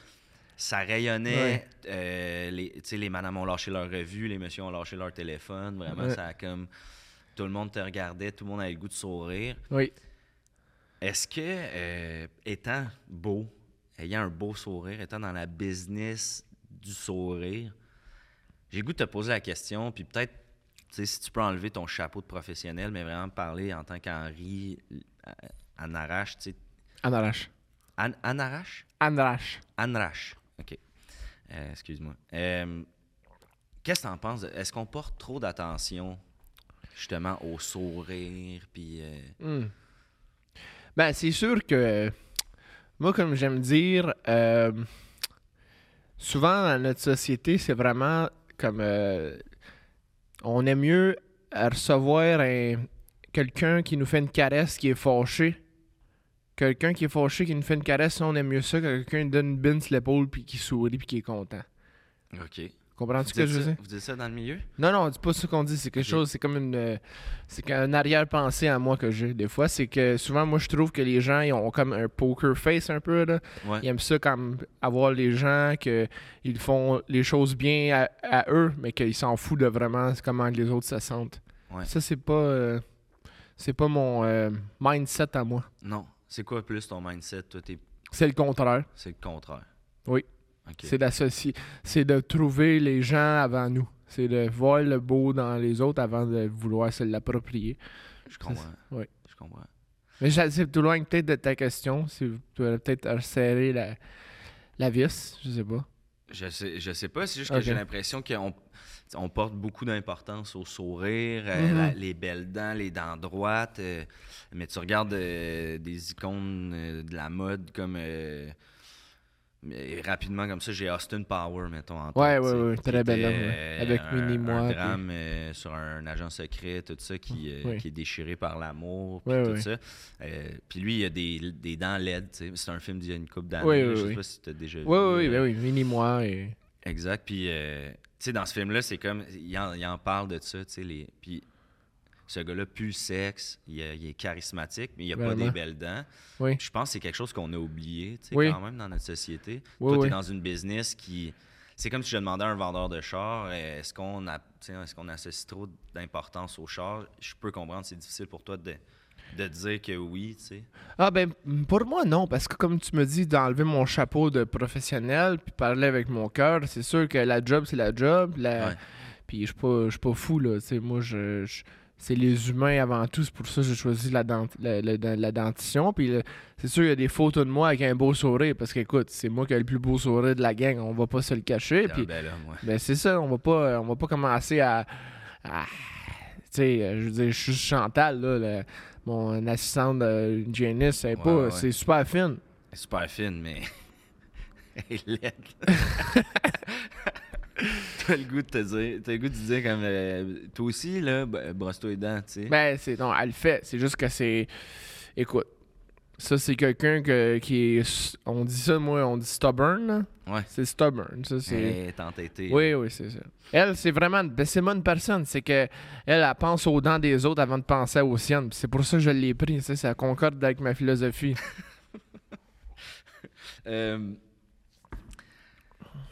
Speaker 1: Ça rayonnait.
Speaker 3: Ouais.
Speaker 1: euh, les, tu sais, les madames ont lâché leur revue, les messieurs ont lâché leur téléphone. Vraiment,
Speaker 3: Ouais.
Speaker 1: ça a comme. Tout le monde te regardait, tout le monde avait le goût de sourire.
Speaker 3: Oui.
Speaker 1: Est-ce que, euh, étant beau, ayant un beau sourire, étant dans la business du sourire, j'ai le goût de te poser la question, puis peut-être, tu sais, si tu peux enlever ton chapeau de professionnel, mais vraiment parler en tant qu'Henri, euh, Anne Arrache, tu sais.
Speaker 3: Anarache.
Speaker 1: Anne, Anne Arrache?
Speaker 3: Anarache.
Speaker 1: Anne Rache. OK. Euh, Excuse-moi. Euh, Qu'est-ce que t'en penses? de- Est-ce qu'on porte trop d'attention, justement, au sourire, puis... euh,
Speaker 3: Hmm. Ben, c'est sûr que. euh, Moi, comme j'aime dire, euh, souvent dans notre société, c'est vraiment comme. euh, on aime mieux recevoir un- quelqu'un qui nous fait une caresse qui est fâché. Quelqu'un qui est fâché, qui nous fait une caresse, on aime mieux ça que quelqu'un qui donne une bine sur l'épaule, puis qui sourit, puis qui est content.
Speaker 1: OK.
Speaker 3: Comprends-tu
Speaker 1: Vous
Speaker 3: ce que
Speaker 1: dites
Speaker 3: je veux
Speaker 1: ça-
Speaker 3: dire?
Speaker 1: Vous dites ça dans le milieu?
Speaker 3: Non, non, c'est pas ce qu'on dit. C'est quelque chose, c'est comme une. euh, C'est qu'un arrière-pensée à moi que j'ai. Des fois, c'est que souvent, moi, je trouve que les gens, ils ont comme un poker face un peu. Là.
Speaker 1: Ouais.
Speaker 3: Ils aiment ça comme avoir les gens, que ils font les choses bien à, à eux, mais qu'ils s'en foutent de vraiment comment les autres se sentent.
Speaker 1: Ouais.
Speaker 3: Ça, c'est pas. euh, c'est pas mon euh, mindset à moi.
Speaker 1: Non. C'est quoi plus ton mindset? Toi, t'es-
Speaker 3: C'est le contraire.
Speaker 1: c'est le contraire.
Speaker 3: Oui.
Speaker 1: OK.
Speaker 3: C'est d'associer. C'est de trouver les gens avant nous. C'est de voir le beau dans les autres avant de vouloir se l'approprier.
Speaker 1: Je comprends.
Speaker 3: Oui.
Speaker 1: Je comprends.
Speaker 3: Mais j'a- c'est tout loin peut-être de ta question. Si vous pouvez peut-être resserrer la, la vis, je sais pas.
Speaker 1: Je sais, je sais pas, c'est juste que
Speaker 3: Ok.
Speaker 1: j'ai l'impression qu'on on porte beaucoup d'importance au sourire, euh,
Speaker 3: Mhm.
Speaker 1: la- les belles dents, les dents droites. euh, mais tu regardes euh, des icônes euh, de la mode comme. euh, mais rapidement comme ça, j'ai Austin Power, mettons. En
Speaker 3: Ouais,
Speaker 1: tête,
Speaker 3: ouais,
Speaker 1: tu sais,
Speaker 3: ouais,
Speaker 1: qui
Speaker 3: très bel
Speaker 1: était,
Speaker 3: homme, ouais.
Speaker 1: euh,
Speaker 3: Avec
Speaker 1: un-
Speaker 3: Mini Moi,
Speaker 1: Un
Speaker 3: puis-
Speaker 1: drame euh, sur un agent secret, tout ça, qui, euh,
Speaker 3: Oui.
Speaker 1: qui est déchiré par l'amour, puis
Speaker 3: Ouais,
Speaker 1: tout
Speaker 3: ouais.
Speaker 1: ça. Euh, puis lui, il a des, des dents laides, tu sais. C'est un film d'il y a une couple d'années.
Speaker 3: Oui,
Speaker 1: là,
Speaker 3: oui,
Speaker 1: je sais
Speaker 3: oui.
Speaker 1: pas si tu as déjà vu.
Speaker 3: Oui, oui,
Speaker 1: euh,
Speaker 3: ben oui, mini-moi. Et...
Speaker 1: Exact. Puis, euh, tu sais, dans ce film-là, c'est comme. Il en, il en parle de ça, tu sais. Les... Puis, ce gars-là pue le sexe, il, est- il est charismatique, mais il a pas
Speaker 3: Vraiment.
Speaker 1: des belles dents.
Speaker 3: Oui.
Speaker 1: Je pense que c'est quelque chose qu'on a oublié, tu sais,
Speaker 3: Oui.
Speaker 1: quand même, dans notre société.
Speaker 3: Oui,
Speaker 1: Toi,
Speaker 3: oui.
Speaker 1: t'es dans une business qui. C'est comme si je demandais à un vendeur de char, euh, est-ce qu'on a, tu sais, est-ce qu'on associe trop d'importance au char? Je peux comprendre, c'est difficile pour toi de, de dire que oui, tu sais.
Speaker 3: Ah ben, m- pour moi, non. Parce que comme tu me dis d'enlever mon chapeau de professionnel puis parler avec mon cœur, c'est sûr que la job, c'est la job. La...
Speaker 1: Ouais.
Speaker 3: Puis je suis pas, je suis pas fou, là. Tu sais, moi, je... je- C'est les humains avant tout, c'est pour ça que j'ai choisi la, dent- la, la- la- la dentition. Puis le- c'est sûr, il y a des photos de moi avec un beau sourire, parce qu'écoute, c'est moi qui ai le plus beau sourire de la gang, on va pas se le cacher.
Speaker 1: T'es un
Speaker 3: Puis
Speaker 1: bel homme, ouais.
Speaker 3: Ben c'est ça, on va pas on va pas commencer à, à- tu sais, euh, je veux dire, je suis Chantal là, le- mon assistante de hygiéniste,
Speaker 1: Ouais,
Speaker 3: c'est pas
Speaker 1: ouais.
Speaker 3: c'est super fine.
Speaker 1: Elle est Super fine, mais. Elle est laide. T'as le goût de te dire. T'as le goût de te dire comme. euh, toi aussi, là, b- brosse-toi les dents, tu sais.
Speaker 3: Ben c'est non, elle le fait, c'est juste que c'est écoute. Ça c'est quelqu'un que, qui est s- on dit ça moi, on dit stubborn. là.
Speaker 1: Ouais.
Speaker 3: C'est stubborn, ça c'est
Speaker 1: Elle est entêtée.
Speaker 3: Oui, oui, c'est ça. Elle, c'est vraiment ben, c'est une bonne personne. C'est que elle, elle pense aux dents des autres avant de penser aux siennes. Puis C'est pour ça que je l'ai pris. Ça, ça concorde avec ma philosophie.
Speaker 1: Euh,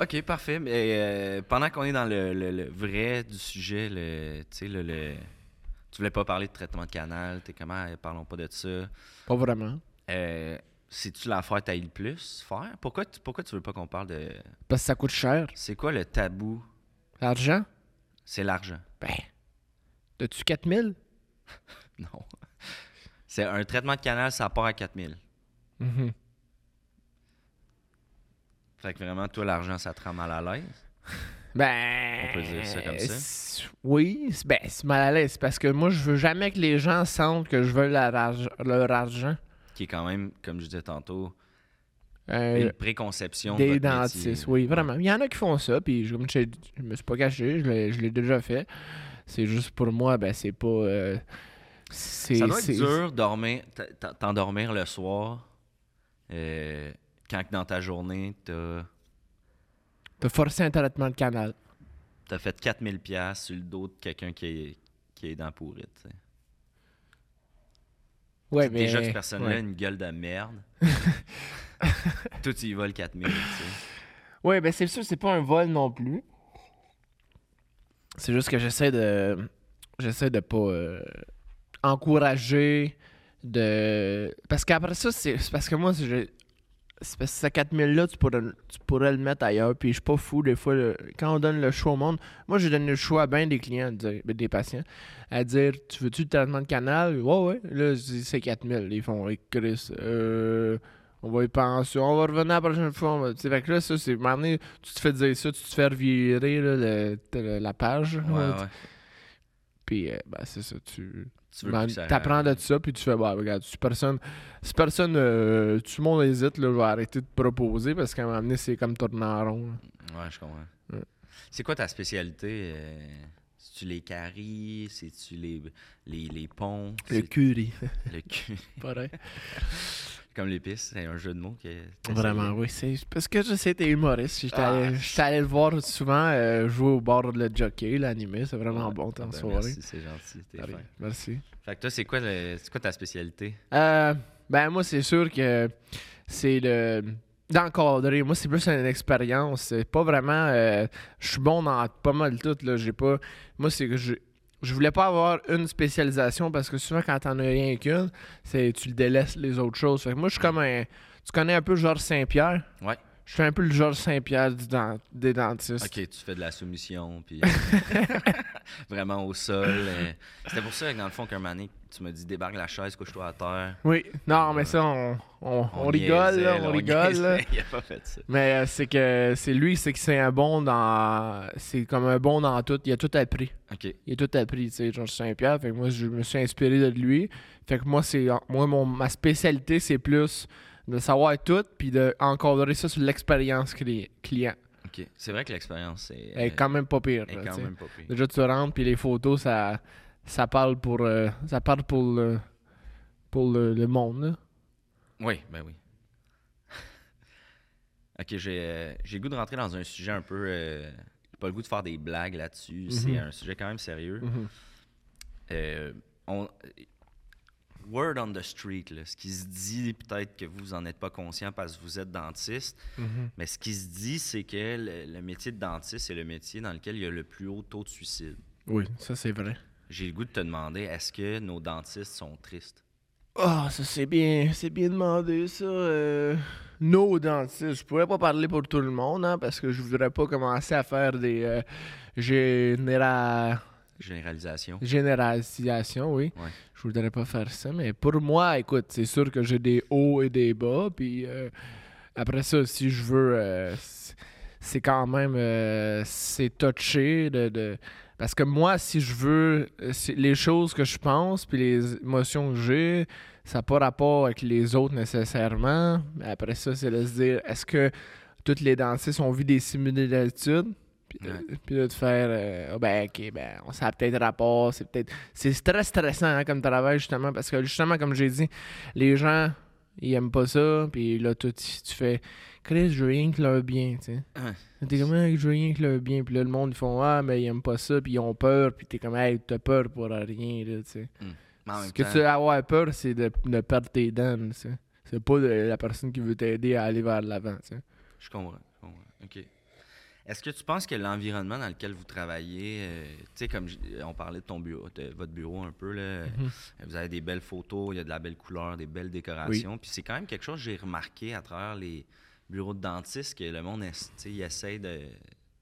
Speaker 1: Ok, parfait. Mais euh, pendant qu'on est dans le, le- le vrai du sujet, le, tu sais, le, le- tu voulais pas parler de traitement de canal, t'es comment, euh, parlons pas de ça.
Speaker 3: Pas vraiment.
Speaker 1: Euh, C'est-tu l'affaire que t'haïs le plus faire? Pourquoi, tu- pourquoi tu veux pas qu'on parle de.
Speaker 3: Parce que ça coûte cher.
Speaker 1: C'est quoi le tabou?
Speaker 3: L'argent?
Speaker 1: C'est l'argent.
Speaker 3: Ben. T'as-tu 4000?
Speaker 1: Non. C'est un traitement de canal, ça part à 4000.
Speaker 3: Mm-hmm.
Speaker 1: Fait que vraiment, toi, l'argent, ça te rend mal à l'aise.
Speaker 3: Ben.
Speaker 1: On peut dire ça comme ça.
Speaker 3: c'est- Oui, c'est- ben, c'est mal à l'aise parce que moi, je veux jamais que les gens sentent que je veux leur, arge- leur argent.
Speaker 1: Qui est quand même, comme je disais tantôt,
Speaker 3: Euh,
Speaker 1: une préconception. de
Speaker 3: des
Speaker 1: votre métier.
Speaker 3: dentistes, oui, vraiment. Il y en a qui font ça, puis je, comme je, je me suis pas caché, je l'ai, je l'ai déjà fait. C'est juste pour moi, ben, c'est pas. euh, c'est,
Speaker 1: Ça doit être
Speaker 3: c'est-
Speaker 1: dur dormir, t- t- t'endormir le soir euh, quand que dans ta journée, t'as
Speaker 3: T'as forcé un traitement de canal.
Speaker 1: as fait 4000 pièces sur le dos de quelqu'un qui est, qui est dans pourri. tu sais.
Speaker 3: Ouais, mais.
Speaker 1: Déjà que cette personne-là a
Speaker 3: ouais.
Speaker 1: une gueule de merde. Toi, tu y voles 4000. tu sais.
Speaker 3: Ouais, ben c'est sûr, c'est pas un vol non plus. C'est juste que j'essaie de. J'essaie de pas euh, encourager. De. Parce qu'après ça, c'est c'est parce que moi, c'est. je- C'est parce que ce 4000 là, tu pourrais, tu pourrais le mettre ailleurs. Puis je suis pas fou, des fois, le- quand on donne le choix au monde, moi, je donne le choix à bien des clients, de dire- ben, des patients, à dire Tu veux-tu le traitement de canal Ouais, ouais. Là, je dis C'est 4000. Ils font hey, Chris, euh, on va y penser, on va revenir la prochaine fois. on va- Tu sais, fait que là, ça, c'est. à un moment donné, Tu te fais dire ça, tu te fais revirer là, le- le- la page.
Speaker 1: Ouais,
Speaker 3: tu-
Speaker 1: ouais.
Speaker 3: Puis, euh, ben, c'est ça. Tu
Speaker 1: Tu veux
Speaker 3: ben,
Speaker 1: plus que ça
Speaker 3: t'apprends
Speaker 1: arrive.
Speaker 3: de ça, puis tu fais, bah, regarde, si personne, si personne euh, tout le monde hésite, là, je vais arrêter de proposer parce qu'à un moment donné, c'est comme tourner en rond. hein. là.
Speaker 1: Ouais, je comprends.
Speaker 3: Ouais.
Speaker 1: C'est quoi ta spécialité? euh, C'est-tu les caries? C'est-tu les, les, les ponts?
Speaker 3: Le
Speaker 1: C'est-
Speaker 3: curry.
Speaker 1: le cul?
Speaker 3: Pareil.
Speaker 1: Comme l'épice, c'est un jeu de mots qui est.
Speaker 3: Vraiment, oui. C'est parce que je sais, t'es humoriste. J'étais
Speaker 1: Ah.
Speaker 3: allé, j'étais allé le voir souvent euh, jouer au bord de le jockey, l'animé. C'est vraiment bon,
Speaker 1: Ah
Speaker 3: temps
Speaker 1: ben,
Speaker 3: de soirée.
Speaker 1: Merci, c'est gentil. T'es
Speaker 3: Allez,
Speaker 1: fin.
Speaker 3: Merci.
Speaker 1: Fait que toi, c'est quoi, le- c'est quoi ta spécialité?
Speaker 3: Euh, ben moi c'est sûr que c'est le d'encadrer. Moi c'est plus une expérience. C'est pas vraiment. euh, je suis bon dans pas mal tout là. J'ai pas. Moi c'est que je je voulais pas avoir une spécialisation parce que souvent quand t'en as rien qu'une, c'est tu le délaisses les autres choses. Fait que moi je suis comme un. Tu connais un peu Georges Saint-Pierre.
Speaker 1: Ouais.
Speaker 3: Je suis un peu le Georges Saint-Pierre du dent- des dentistes.
Speaker 1: Ok, tu fais de la soumission, puis euh, vraiment au sol. euh. C'était pour ça que dans le fond, qu'un mané, tu m'as dit débarque la chaise, couche-toi à terre.
Speaker 3: Oui. Non mais ça on, on, on rigole
Speaker 1: Euh, niaisait,
Speaker 3: là, on, rigole. là.
Speaker 1: niaisait. Il a pas fait ça.
Speaker 3: Mais euh, c'est que c'est lui, c'est que c'est un bon dans. C'est comme un bon dans tout. Il a tout appris.
Speaker 1: Ok,
Speaker 3: Il a tout appris, tu sais, Georges Saint-Pierre. Fait que moi, je me suis inspiré de lui. Fait que moi, c'est. Moi, mon, ma spécialité, c'est plus de savoir tout puis de encadrer ça sur l'expérience cli- client.
Speaker 1: ok. C'est vrai que l'expérience est,
Speaker 3: Elle est quand même pas pire.
Speaker 1: est
Speaker 3: là,
Speaker 1: quand
Speaker 3: tu sais.
Speaker 1: même pas pire.
Speaker 3: Déjà, tu rentres puis les photos, ça. Ça parle pour. euh, ça parle pour le. Pour le, le monde, là.
Speaker 1: Oui, ben oui. ok, j'ai euh, j'ai le goût de rentrer dans un sujet un peu. euh, pas le goût de faire des blagues là-dessus. C'est un sujet quand même sérieux.
Speaker 3: Mhm.
Speaker 1: Euh, on- Word on the street, là, ce qui se dit, peut-être que vous n'en êtes pas conscient parce que vous êtes dentiste,
Speaker 3: Mm-hmm.
Speaker 1: mais ce qui se dit, c'est que le, le métier de dentiste est le métier dans lequel il y a le plus haut taux de suicide.
Speaker 3: Oui, ça, c'est vrai.
Speaker 1: J'ai le goût de te demander, est-ce que nos dentistes sont tristes?
Speaker 3: Ah, ça c'est bien, c'est bien demandé ça. Euh, nos dentistes, je pourrais pas parler pour tout le monde hein, parce que je voudrais pas commencer à faire des euh, généra-
Speaker 1: Généralisation.
Speaker 3: généralisations, oui.
Speaker 1: Ouais.
Speaker 3: Je voudrais pas faire ça, mais pour moi, écoute, c'est sûr que j'ai des hauts et des bas, puis euh, après ça, si je veux, euh, c'est- c'est quand même euh, c'est touché de, de- parce que moi, si je veux, euh, c'est- les choses que je pense puis les émotions que j'ai, ça n'a pas rapport avec les autres nécessairement. Mais après ça, c'est de se dire, est-ce que toutes les dentistes ont vu des similitudes? Puis de-
Speaker 1: Ouais.
Speaker 3: puis de te faire, euh, Ah ben ok, ben on- ça a peut-être rapport, c'est peut-être... C'est très stressant hein, comme travail justement, parce que justement, comme j'ai dit, les gens, ils aiment pas ça, puis là, toi, tu, tu fais, Chris, je veux rien que leur bien, tu sais. T'es comme, Ah, je veux rien que le bien. Puis là, le monde, ils font, ah, mais ils aiment pas ça. Puis ils ont peur. Puis t'es comme, hey, t'as peur pour rien, là, tu sais.
Speaker 1: Mais en
Speaker 3: Ce
Speaker 1: même
Speaker 3: que
Speaker 1: temps-
Speaker 3: tu as avoir peur, c'est de, de perdre tes dents, là, tu sais. C'est pas de- la personne qui veut t'aider à aller vers l'avant, tu sais.
Speaker 1: Je comprends. je comprends. OK. Est-ce que tu penses que l'environnement dans lequel vous travaillez, euh, tu sais, comme j- on parlait de ton bureau, de votre bureau un peu, là,
Speaker 3: Mhm.
Speaker 1: euh, vous avez des belles photos, il y a de la belle couleur, des belles décorations. Puis c'est quand même quelque chose que j'ai remarqué à travers les bureaux de dentistes que le monde, es- tu sais, il essaie de,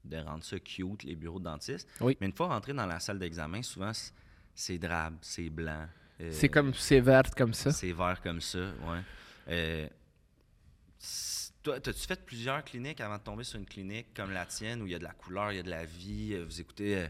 Speaker 1: de rendre ça cute, les bureaux de dentistes.
Speaker 3: Oui.
Speaker 1: Mais une fois rentré dans la salle d'examen, souvent, c- c'est drabe, c'est blanc. euh,
Speaker 3: C'est comme, c'est vert comme ça.
Speaker 1: c'est vert comme ça, ouais. Euh, s- toi, t'as-tu fait plusieurs cliniques avant de tomber sur une clinique comme la tienne où il y a de la couleur, il y a de la vie, euh, vous écoutez euh,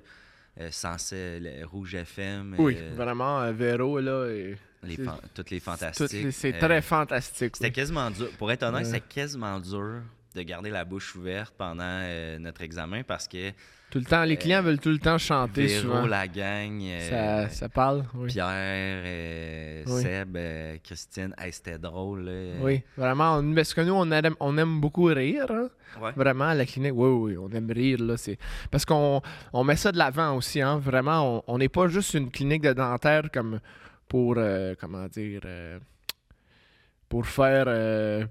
Speaker 1: euh, sans- euh, le Rouge FM,
Speaker 3: Oui,
Speaker 1: euh,
Speaker 3: vraiment, euh, Véro, là. et-
Speaker 1: les
Speaker 3: c'est-
Speaker 1: fan- toutes les fantastiques.
Speaker 3: toutes les- C'est
Speaker 1: euh,
Speaker 3: très fantastique.
Speaker 1: C'était
Speaker 3: oui.
Speaker 1: quasiment dur, pour être honnête,
Speaker 3: Ouais.
Speaker 1: c'était quasiment dur de garder la bouche ouverte pendant euh, notre examen parce que
Speaker 3: Tout le temps, les clients veulent tout le temps chanter
Speaker 1: Véro,
Speaker 3: souvent.
Speaker 1: la gang, euh,
Speaker 3: ça, ça parle, oui.
Speaker 1: Pierre, euh,
Speaker 3: Oui.
Speaker 1: Seb, euh, Christine, hey, c'était drôle. là.
Speaker 3: Oui, vraiment. on- parce que nous, on aime, on aime beaucoup rire. hein.
Speaker 1: Ouais.
Speaker 3: Vraiment, à la clinique, oui, oui, on aime rire. Là, c'est... Parce qu'on on met ça de l'avant aussi. Hein. Vraiment, on- on n'est pas juste une clinique de dentaire comme pour, euh, comment dire, euh, pour faire euh,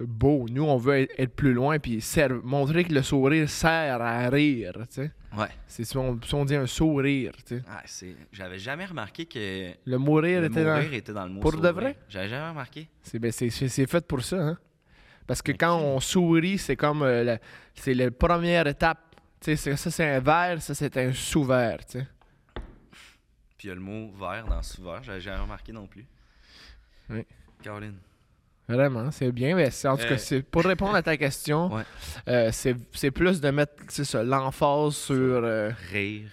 Speaker 3: beau. Nous, on veut être- être plus loin puis ser- montrer que le sourire sert à rire. tu sais.
Speaker 1: ouais.
Speaker 3: C'est si on, si on dit un sourire. tu sais.
Speaker 1: Ah, c'est... J'avais jamais remarqué que
Speaker 3: Le mourir
Speaker 1: le
Speaker 3: était
Speaker 1: mourir
Speaker 3: dans...
Speaker 1: était dans le mot.
Speaker 3: Pour de
Speaker 1: sauver.
Speaker 3: vrai?
Speaker 1: J'avais jamais remarqué.
Speaker 3: C'est, ben, c'est, c'est- c'est fait pour ça, hein? Parce que quand on sourit, c'est comme euh, la, c'est la première étape. Tu sais, c'est- ça, c'est un verre, ça, c'est un sous-verre. tu sais.
Speaker 1: Puis il y a le mot vert dans souverain. J'avais jamais remarqué non plus.
Speaker 3: Oui.
Speaker 1: Caroline.
Speaker 3: Vraiment, c'est bien. Mais c'est- en tout
Speaker 1: Euh.
Speaker 3: cas, c'est, pour répondre à ta question,
Speaker 1: Ouais.
Speaker 3: euh, c'est, c'est plus de mettre c'est ça, l'emphase sur, euh,
Speaker 1: Rire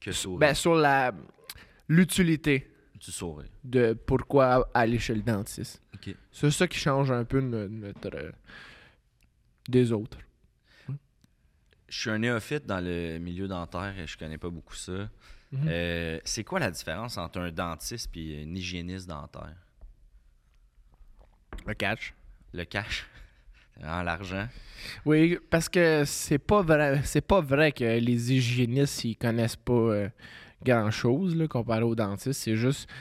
Speaker 1: que sourire.
Speaker 3: ben, sur la, l'utilité
Speaker 1: Du sourire.
Speaker 3: de pourquoi aller chez le dentiste.
Speaker 1: OK.
Speaker 3: C'est ça qui change un peu no- notre, euh, des autres.
Speaker 1: Je suis un néophyte dans le milieu dentaire et je connais pas beaucoup ça.
Speaker 3: Mhm.
Speaker 1: Euh, c'est quoi la différence entre un dentiste et un hygiéniste dentaire?
Speaker 3: Le catch.
Speaker 1: Le cash. En l'argent.
Speaker 3: Oui, parce que c'est pas vrai, c'est pas vrai que les hygiénistes ils connaissent pas grand chose là, comparé aux dentistes. C'est juste, tu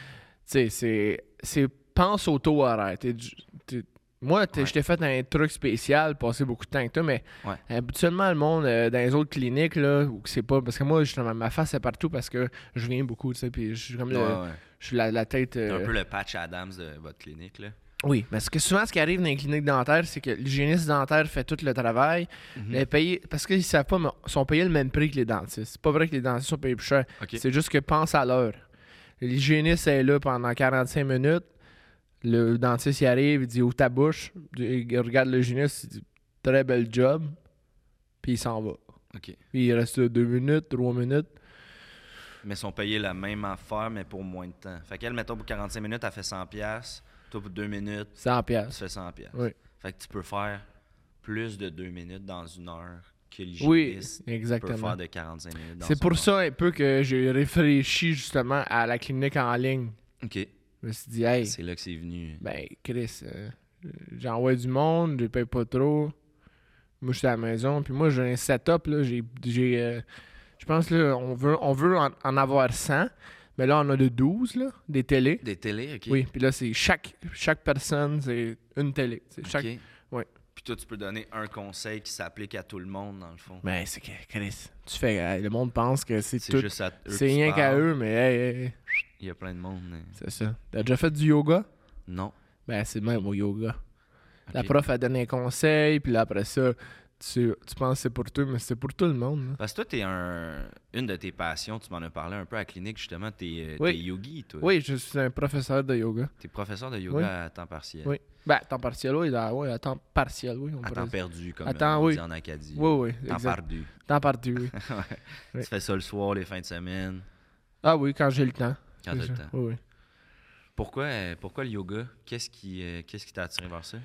Speaker 3: sais, c'est, c'est pense au taux horaire. T'es du- t'es- moi, t'es-
Speaker 1: Ouais.
Speaker 3: je t'ai fait un truc spécial, passé beaucoup de temps avec toi, mais
Speaker 1: Ouais.
Speaker 3: habituellement le monde euh, dans les autres cliniques là, où que c'est pas, parce que moi justement ma face est partout parce que je viens beaucoup, tu sais, puis je suis comme le-
Speaker 1: Ouais, ouais.
Speaker 3: je suis la, la tête.
Speaker 1: C'est
Speaker 3: euh,
Speaker 1: un peu le patch Adams de votre clinique, là.
Speaker 3: oui, parce que souvent, ce qui arrive dans les cliniques dentaires, c'est que l'hygiéniste dentaire fait tout le travail.
Speaker 1: Mhm.
Speaker 3: les payés- parce qu'ils savent pas, mais ils sont payés le même prix que les dentistes. C'est pas vrai que les dentistes sont payés plus cher.
Speaker 1: OK.
Speaker 3: C'est juste que pense à l'heure. L'hygiéniste est là pendant 45 minutes. Le dentiste y arrive, il dit Ouvre ta bouche. Il regarde l'hygiéniste, il dit Très bel job. Puis il s'en va.
Speaker 1: OK.
Speaker 3: Puis il reste deux minutes, trois minutes.
Speaker 1: Mais sont payés la même affaire, mais pour moins de temps. Fait qu'elle, mettons, pour 45 minutes, elle fait 100$. piastres. Toi, pour 2 minutes,
Speaker 3: 100
Speaker 1: tu
Speaker 3: piastres.
Speaker 1: fais 100$. piastres.
Speaker 3: Oui.
Speaker 1: Fait que tu peux faire plus de 2 minutes dans une heure que
Speaker 3: Oui,
Speaker 1: l'hygiéniste peut
Speaker 3: exactement.
Speaker 1: faire de 45 minutes dans
Speaker 3: C'est
Speaker 1: son
Speaker 3: pour
Speaker 1: heure.
Speaker 3: ça un peu que j'ai réfléchi justement à la clinique en ligne.
Speaker 1: OK.
Speaker 3: Je me suis dit, hey,
Speaker 1: C'est là que c'est venu.
Speaker 3: ben Chris, euh, j'envoie du monde, je paye pas trop. Moi, je suis à la maison. Puis moi, j'ai un setup, là. J'ai, j'ai, euh, je pense, là, on veut, on veut en, en avoir 100. Mais là, on a de 12, là, des télés.
Speaker 1: Des télés, OK?
Speaker 3: Oui, puis là, c'est chaque, chaque personne, c'est une télé. C'est
Speaker 1: OK.
Speaker 3: chaque... ouais.
Speaker 1: Puis toi, tu peux donner un conseil qui s'applique à tout le monde, dans le fond.
Speaker 3: Ben, c'est que, Chris, tu fais... euh, le monde pense que c'est,
Speaker 1: C'est
Speaker 3: tout...
Speaker 1: juste à eux.
Speaker 3: c'est
Speaker 1: que tu
Speaker 3: rien qu'à
Speaker 1: parles.
Speaker 3: eux, mais hey, hey, hey,
Speaker 1: Il y a plein de monde. mais-
Speaker 3: c'est ça. T'as déjà fait du yoga?
Speaker 1: Non.
Speaker 3: Ben, c'est même au yoga. La
Speaker 1: OK.
Speaker 3: prof a donné un conseil, puis là, après ça, tu, tu penses que c'est pour toi, mais c'est pour tout le monde. hein. là.
Speaker 1: Parce que toi, t'es un... une de tes passions, tu m'en as parlé un peu à la clinique, justement, t'es, euh,
Speaker 3: Oui.
Speaker 1: t'es yogi, toi.
Speaker 3: Oui, je suis un professeur de yoga.
Speaker 1: T'es professeur de yoga
Speaker 3: Oui.
Speaker 1: à temps partiel.
Speaker 3: Oui. Ben, à temps partiel, oui, là, oui, à temps partiel, oui. On
Speaker 1: À
Speaker 3: pourrait
Speaker 1: temps
Speaker 3: dire.
Speaker 1: perdu, comme
Speaker 3: Attends,
Speaker 1: on
Speaker 3: oui.
Speaker 1: dit en Acadie.
Speaker 3: Oui, oui,
Speaker 1: Temps
Speaker 3: exact.
Speaker 1: perdu.
Speaker 3: Temps partiel, oui. Oui.
Speaker 1: Tu fais ça le soir, les fins de semaine,
Speaker 3: Ah oui, quand j'ai le temps.
Speaker 1: quand t'as
Speaker 3: C'est
Speaker 1: le
Speaker 3: ça,
Speaker 1: temps.
Speaker 3: Oui, oui.
Speaker 1: Pourquoi, euh, pourquoi le yoga? Qu'est-ce qui, euh, qu'est-ce qui t'a attiré vers ça?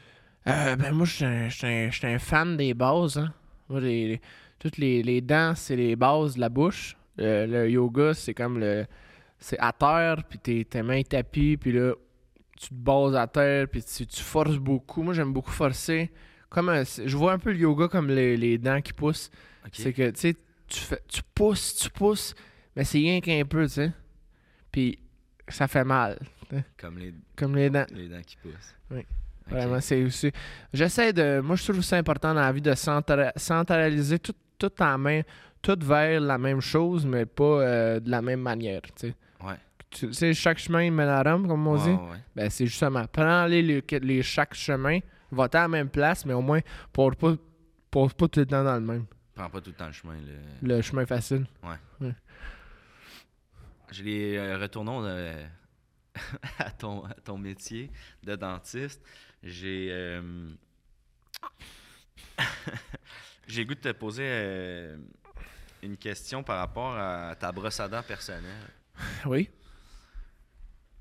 Speaker 3: Euh, ben, moi, je suis un- je suis un, je suis un fan des bases. Hein. Moi, les- les- toutes les, les dents, c'est les bases de la bouche. Euh, le yoga, c'est comme le. C'est à terre, puis tes, tes mains tapis, puis là, tu te bases à terre, puis tu, tu forces beaucoup. Moi, j'aime beaucoup forcer. Comme un- je vois un peu le yoga comme les, les dents qui poussent.
Speaker 1: Ok.
Speaker 3: C'est que, tu sais, tu fais- tu pousses, tu pousses, mais c'est rien qu'un peu, tu sais. Puis ça fait mal,
Speaker 1: Comme les,
Speaker 3: comme les dents.
Speaker 1: les dents qui poussent.
Speaker 3: Oui.
Speaker 1: Ok.
Speaker 3: Vraiment, c'est aussi. J'essaie de. Moi, je trouve ça important dans la vie de centra- centraliser tout, tout en main, tout vers la même chose, mais pas euh, de la même manière. tu sais.
Speaker 1: Ouais.
Speaker 3: Tu sais, chaque chemin mène à Rome, comme on
Speaker 1: Ouais,
Speaker 3: dit.
Speaker 1: ouais, ouais.
Speaker 3: Ben, c'est justement, prends-les les, les- chaque chemin, va-t'en à la même place, mais au moins, pour pas, pour pas tout le temps dans le même.
Speaker 1: Prends pas tout le temps le chemin. le-
Speaker 3: Le chemin facile.
Speaker 1: Je les euh, retournons euh, à, ton, à ton métier de dentiste. J'ai euh, j'ai le goût de te poser euh, une question par rapport à ta brosse à dents personnelle.
Speaker 3: Oui.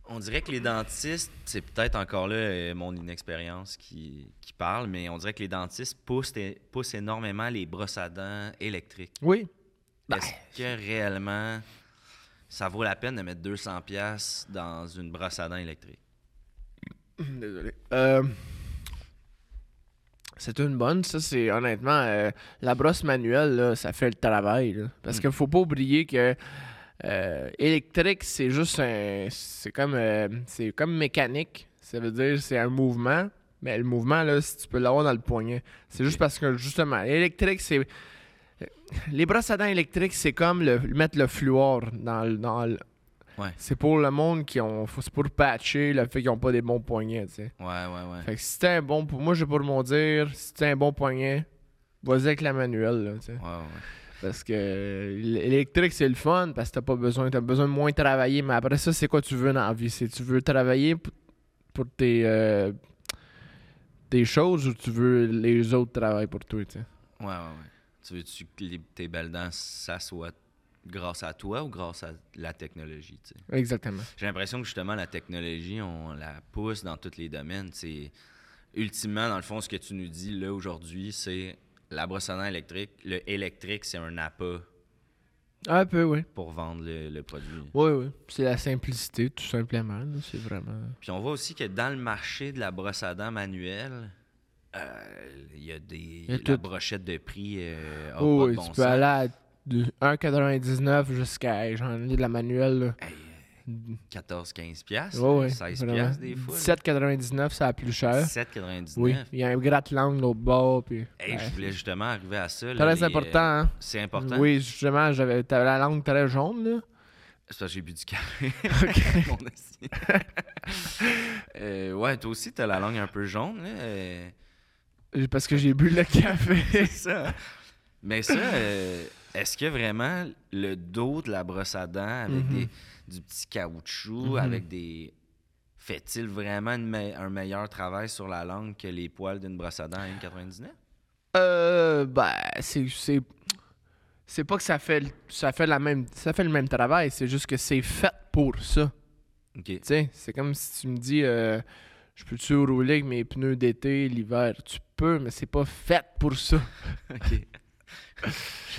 Speaker 1: On dirait que les dentistes, c'est peut-être encore là euh, mon inexpérience qui, qui parle, mais on dirait que les dentistes poussent, é- poussent énormément les brosses à dents électriques.
Speaker 3: Oui.
Speaker 1: Est-ce que réellement ça vaut la peine de mettre 200 pièces dans une brosse à dents électrique
Speaker 3: Désolé. Euh, c'est une bonne, ça, c'est honnêtement, euh, la brosse manuelle, là, ça fait le travail. là. Parce qu'il faut pas oublier que euh, électrique, c'est juste un. C'est comme, euh, c'est comme mécanique. Ça veut dire c'est un mouvement. Mais le mouvement, là, si tu peux l'avoir dans le poignet. C'est juste parce que, justement, électrique, c'est. euh, Les brosses à dents électriques, c'est comme le, mettre le fluor dans, le- dans le-
Speaker 1: Ouais.
Speaker 3: C'est pour le monde qui ont. faut- C'est pour patcher le fait qu'ils ont pas des bons poignets, tu sais.
Speaker 1: Ouais, ouais, ouais.
Speaker 3: Fait que si t'es un bon. Pour moi, j'ai pour mon dire, si t'es un bon poignet, vas-y avec la manuelle, là, tu sais.
Speaker 1: Ouais, ouais.
Speaker 3: Parce que euh, l'électrique, c'est le fun, parce que t'as pas besoin. T'as besoin de moins travailler, mais après ça, c'est quoi tu veux dans la vie? C'est tu veux travailler p- pour tes. euh, tes choses ou tu veux les autres travaillent pour toi, tu sais.
Speaker 1: Ouais, ouais, ouais. Tu veux-tu que les- tes belles dents s'assoient grâce à toi ou grâce à la technologie tu sais?
Speaker 3: Exactement.
Speaker 1: J'ai l'impression que justement, la technologie, on la pousse dans tous les domaines. C'est ultimement, dans le fond, ce que tu nous dis là aujourd'hui, c'est la brosse à dents électrique. Le électrique, c'est un appât
Speaker 3: Un peu, oui.
Speaker 1: pour vendre le, le produit.
Speaker 3: Oui, oui. C'est la simplicité, tout simplement. là. C'est vraiment.
Speaker 1: Puis on voit aussi que dans le marché de la brosse à dents manuelle, euh, il y a des
Speaker 3: y a
Speaker 1: la
Speaker 3: tout.
Speaker 1: brochette de prix euh, a
Speaker 3: Oh,
Speaker 1: pas de
Speaker 3: oui,
Speaker 1: bon
Speaker 3: tu
Speaker 1: sens.
Speaker 3: peux aller à de 1,99 jusqu'à. J'en ai de la manuelle, là.
Speaker 1: Hey, 14 15 piastres,
Speaker 3: Ouais, ouais,
Speaker 1: 16
Speaker 3: vraiment.
Speaker 1: piastres des fois.
Speaker 3: 17,99, c'est la plus chère.
Speaker 1: 7,99.
Speaker 3: Oui, il y a un gratte-langue l'autre bord. Puis...
Speaker 1: Hey,
Speaker 3: Ouais.
Speaker 1: je voulais justement arriver à ça. là,
Speaker 3: Très
Speaker 1: les, euh,
Speaker 3: important, hein?
Speaker 1: C'est important.
Speaker 3: Oui, justement, j'avais t'avais la langue très jaune, là.
Speaker 1: C'est parce que j'ai bu du café. Mon assiette. Euh, ouais, toi aussi, t'as la langue un peu jaune. là, euh,
Speaker 3: Euh, Parce que j'ai bu le café.
Speaker 1: c'est ça. Mais ça, euh, est-ce que vraiment le dos de la brosse à dents avec
Speaker 3: Mhm.
Speaker 1: des, du petit caoutchouc, avec des. Fait-il vraiment une me- un meilleur travail sur la langue que les poils d'une brosse à dents à 1,99?
Speaker 3: euh, ben, c'est... c'est- C'est pas que ça fait, le- ça, fait la même, ça fait le même travail, c'est juste que c'est fait pour ça.
Speaker 1: OK.
Speaker 3: Tu sais, c'est comme si tu me dis, euh, je peux-tu rouler avec mes pneus d'été, l'hiver? Tu peux, mais c'est pas fait pour ça.
Speaker 1: OK.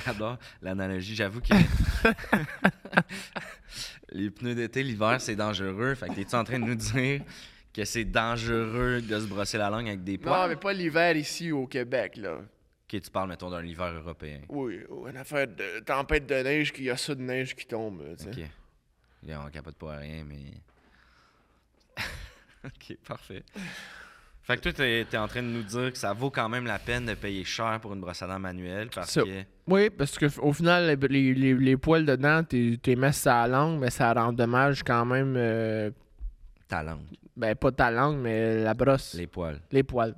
Speaker 1: J'adore l'analogie. J'avoue que les pneus d'été, l'hiver, c'est dangereux. Fait que es-tu en train de nous dire que c'est dangereux de se brosser la langue avec des poils?
Speaker 3: Non, mais pas l'hiver ici au Québec, là.
Speaker 1: OK, tu parles, mettons, d'un hiver européen.
Speaker 3: Oui, une affaire de tempête de neige, qu'il y a ça de neige qui tombe. tu sais.
Speaker 1: OK. Là, on capote pas à rien, mais... OK, parfait. Fait que toi, t'es es en train de nous dire que ça vaut quand même la peine de payer cher pour une brosse à dents manuelle parce
Speaker 3: Ça.
Speaker 1: que...
Speaker 3: Oui, parce que f- au final, les, les- les- les poils dedans, tu les mets sur la langue, mais ça rend dommage quand même. euh,
Speaker 1: Ta langue,
Speaker 3: ben, pas ta langue, mais la brosse, les,
Speaker 1: les poils.
Speaker 3: poils.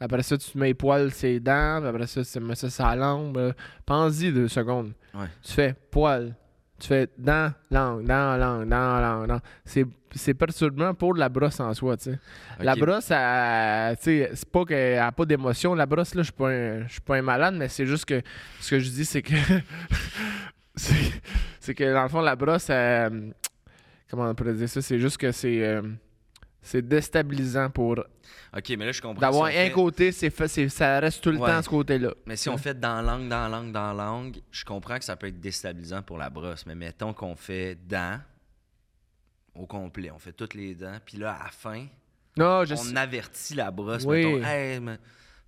Speaker 3: Après ça, tu mets les poils sur les dents, puis après ça, tu mets ça sur la langue. euh, Pense-y deux secondes.
Speaker 1: Ouais.
Speaker 3: Tu fais poils, tu fais dents, langue, dents, langue, dents, langue, dents. C'est- C'est perturbant pour la brosse en soi, tu sais. La
Speaker 1: OK.
Speaker 3: brosse, elle- tu sais, c'est pas qu'elle n'a pas d'émotion. La brosse, là, je suis pas un- je suis pas un malade, mais c'est juste que ce que je dis, c'est que. c'est c'est que, dans le fond, la brosse, elle- comment on pourrait dire ça? C'est juste que c'est. euh, c'est déstabilisant pour.
Speaker 1: OK, mais là, je comprends.
Speaker 3: D'avoir
Speaker 1: Si on
Speaker 3: un
Speaker 1: fait-
Speaker 3: côté, c'est fa- c'est- ça reste tout le
Speaker 1: Ouais.
Speaker 3: temps ce côté-là.
Speaker 1: Mais si on fait dans langue, dans langue, dans langue, je comprends que ça peut être déstabilisant pour la brosse, mais mettons qu'on fait dents au complet, on fait toutes les dents, puis là, à la fin,
Speaker 3: Non, je sais-
Speaker 1: on avertit la brosse,
Speaker 3: Oui.
Speaker 1: mettons, hey, mais,